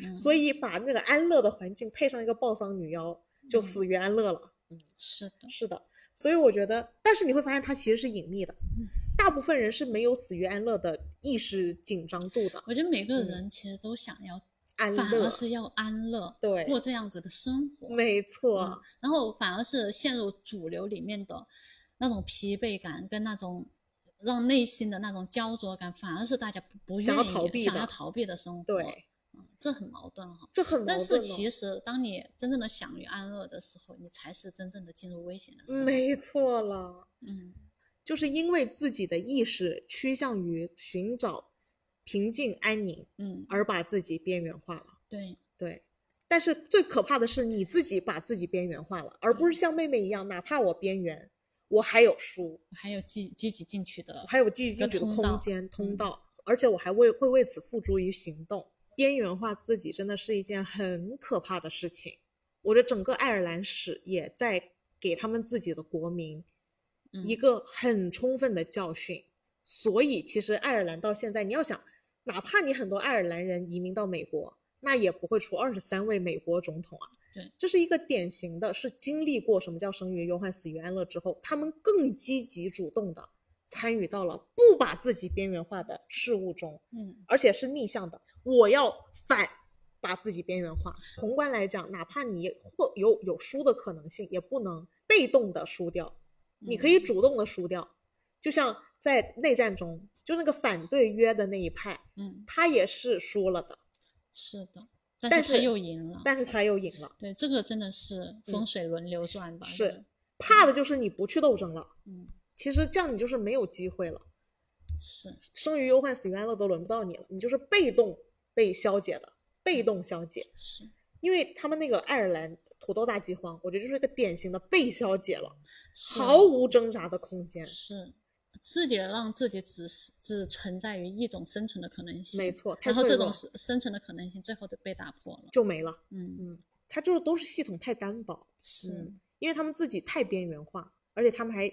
Speaker 2: 嗯，
Speaker 1: 所以把那个安乐的环境配上一个暴丧女妖，就
Speaker 2: 嗯
Speaker 1: 死于安乐了。
Speaker 2: 是的，
Speaker 1: 是的，所以我觉得，但是你会发现它其实是隐秘的，
Speaker 2: 嗯
Speaker 1: 大部分人是没有死于安乐的意识紧张度的。
Speaker 2: 我觉得每个
Speaker 1: 嗯
Speaker 2: 人其实都想要，
Speaker 1: 安
Speaker 2: 反而
Speaker 1: 乐，
Speaker 2: 是要安乐，
Speaker 1: 对
Speaker 2: 过这样子的生活，
Speaker 1: 没错。
Speaker 2: 嗯然后反而是陷入主流里面的那种疲惫感跟那种。让内心的那种焦灼感，反而是大家不不
Speaker 1: 想要
Speaker 2: 愿意
Speaker 1: 逃避
Speaker 2: 想
Speaker 1: 的
Speaker 2: 要逃避的生活，
Speaker 1: 对，
Speaker 2: 嗯，这很矛盾哈。
Speaker 1: 这很矛
Speaker 2: 但
Speaker 1: 盾、哦。
Speaker 2: 是其实，当你真正的享于安乐的时候，你才是真正的进入危险的时候。
Speaker 1: 没错了，
Speaker 2: 嗯，
Speaker 1: 就是因为自己的意识趋向于寻找平静安宁，
Speaker 2: 嗯，
Speaker 1: 而把自己边缘化了。
Speaker 2: 对，
Speaker 1: 对，但是最可怕的是你自己把自己边缘化了，而不是
Speaker 2: 对
Speaker 1: 像妹妹一样，哪怕我边缘，我还有书，
Speaker 2: 还有积积极进取的
Speaker 1: 我，还有继续
Speaker 2: 一个
Speaker 1: 进取的
Speaker 2: 通道
Speaker 1: 空间、通
Speaker 2: 嗯
Speaker 1: 道，而且我还为会为此付诸于行动。边缘化自己真的是一件很可怕的事情。我觉得整个爱尔兰史也在给他们自己的国民
Speaker 2: 嗯
Speaker 1: 一个很充分的教训。所以，其实爱尔兰到现在，你要想，哪怕你很多爱尔兰人移民到美国，那也不会出二十三位美国总统啊。
Speaker 2: 对，
Speaker 1: 这是一个典型的，是经历过什么叫生于忧患，死于安乐之后，他们更积极主动的参与到了不把自己边缘化的事物中，
Speaker 2: 嗯，
Speaker 1: 而且是逆向的。我要反把自己边缘化。宏观来讲，哪怕你或有有输的可能性，也不能被动的输掉。你可以
Speaker 2: 嗯
Speaker 1: 主动的输掉。就像在内战中，就那个反对约的那一派，
Speaker 2: 嗯，
Speaker 1: 他也是输了的，
Speaker 2: 是的，但
Speaker 1: 但
Speaker 2: 是他
Speaker 1: 是
Speaker 2: 又赢了。
Speaker 1: 但是他又赢了。
Speaker 2: 对，这个真的是风
Speaker 1: 嗯
Speaker 2: 水轮流转吧？
Speaker 1: 是，怕的就是你不去斗争了，
Speaker 2: 嗯，
Speaker 1: 其实这样你就是没有机会了，
Speaker 2: 是，
Speaker 1: 生于忧患，死于安乐都轮不到你了，你就是被动被消解的，被动消解。
Speaker 2: 是，
Speaker 1: 因为他们那个爱尔兰土豆大饥荒，我觉得就是一个典型的被消解了，
Speaker 2: 是
Speaker 1: 毫无挣扎的空间。
Speaker 2: 是，自己让自己只是只存在于一种生存的可能性，
Speaker 1: 没错，太
Speaker 2: 然后
Speaker 1: 脆
Speaker 2: 这
Speaker 1: 弱
Speaker 2: 种生生存的可能性最后都被打破了。
Speaker 1: 就没了。
Speaker 2: 嗯，
Speaker 1: 嗯它就是都是系统太单薄，
Speaker 2: 是
Speaker 1: 嗯，因为他们自己太边缘化，而且他们还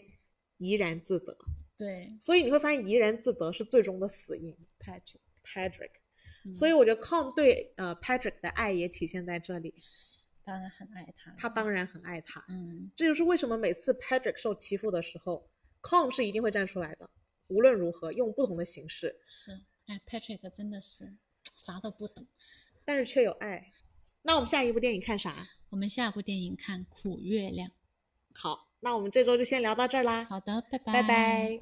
Speaker 1: 怡然自得，
Speaker 2: 对
Speaker 1: 所以你会发现怡然自得是最终的死因。
Speaker 2: ，Patrick。
Speaker 1: Patrick，、
Speaker 2: 嗯
Speaker 1: 所以我觉得 Com 对呃 Patrick 的爱也体现在这里，
Speaker 2: 当然很爱他了，
Speaker 1: 他当然很爱他，
Speaker 2: 嗯，
Speaker 1: 这就是为什么每次 Patrick 受欺负的时候，Com 是一定会站出来的，无论如何用不同的形式，
Speaker 2: 是，哎，Patrick 真的是啥都不懂。
Speaker 1: 但是却有爱。那我们下一部电影看啥？
Speaker 2: 我们下部电影看《苦月亮
Speaker 1: 好，那我们这周就先聊到这儿》。啦，
Speaker 2: 好的，拜拜，
Speaker 1: 拜拜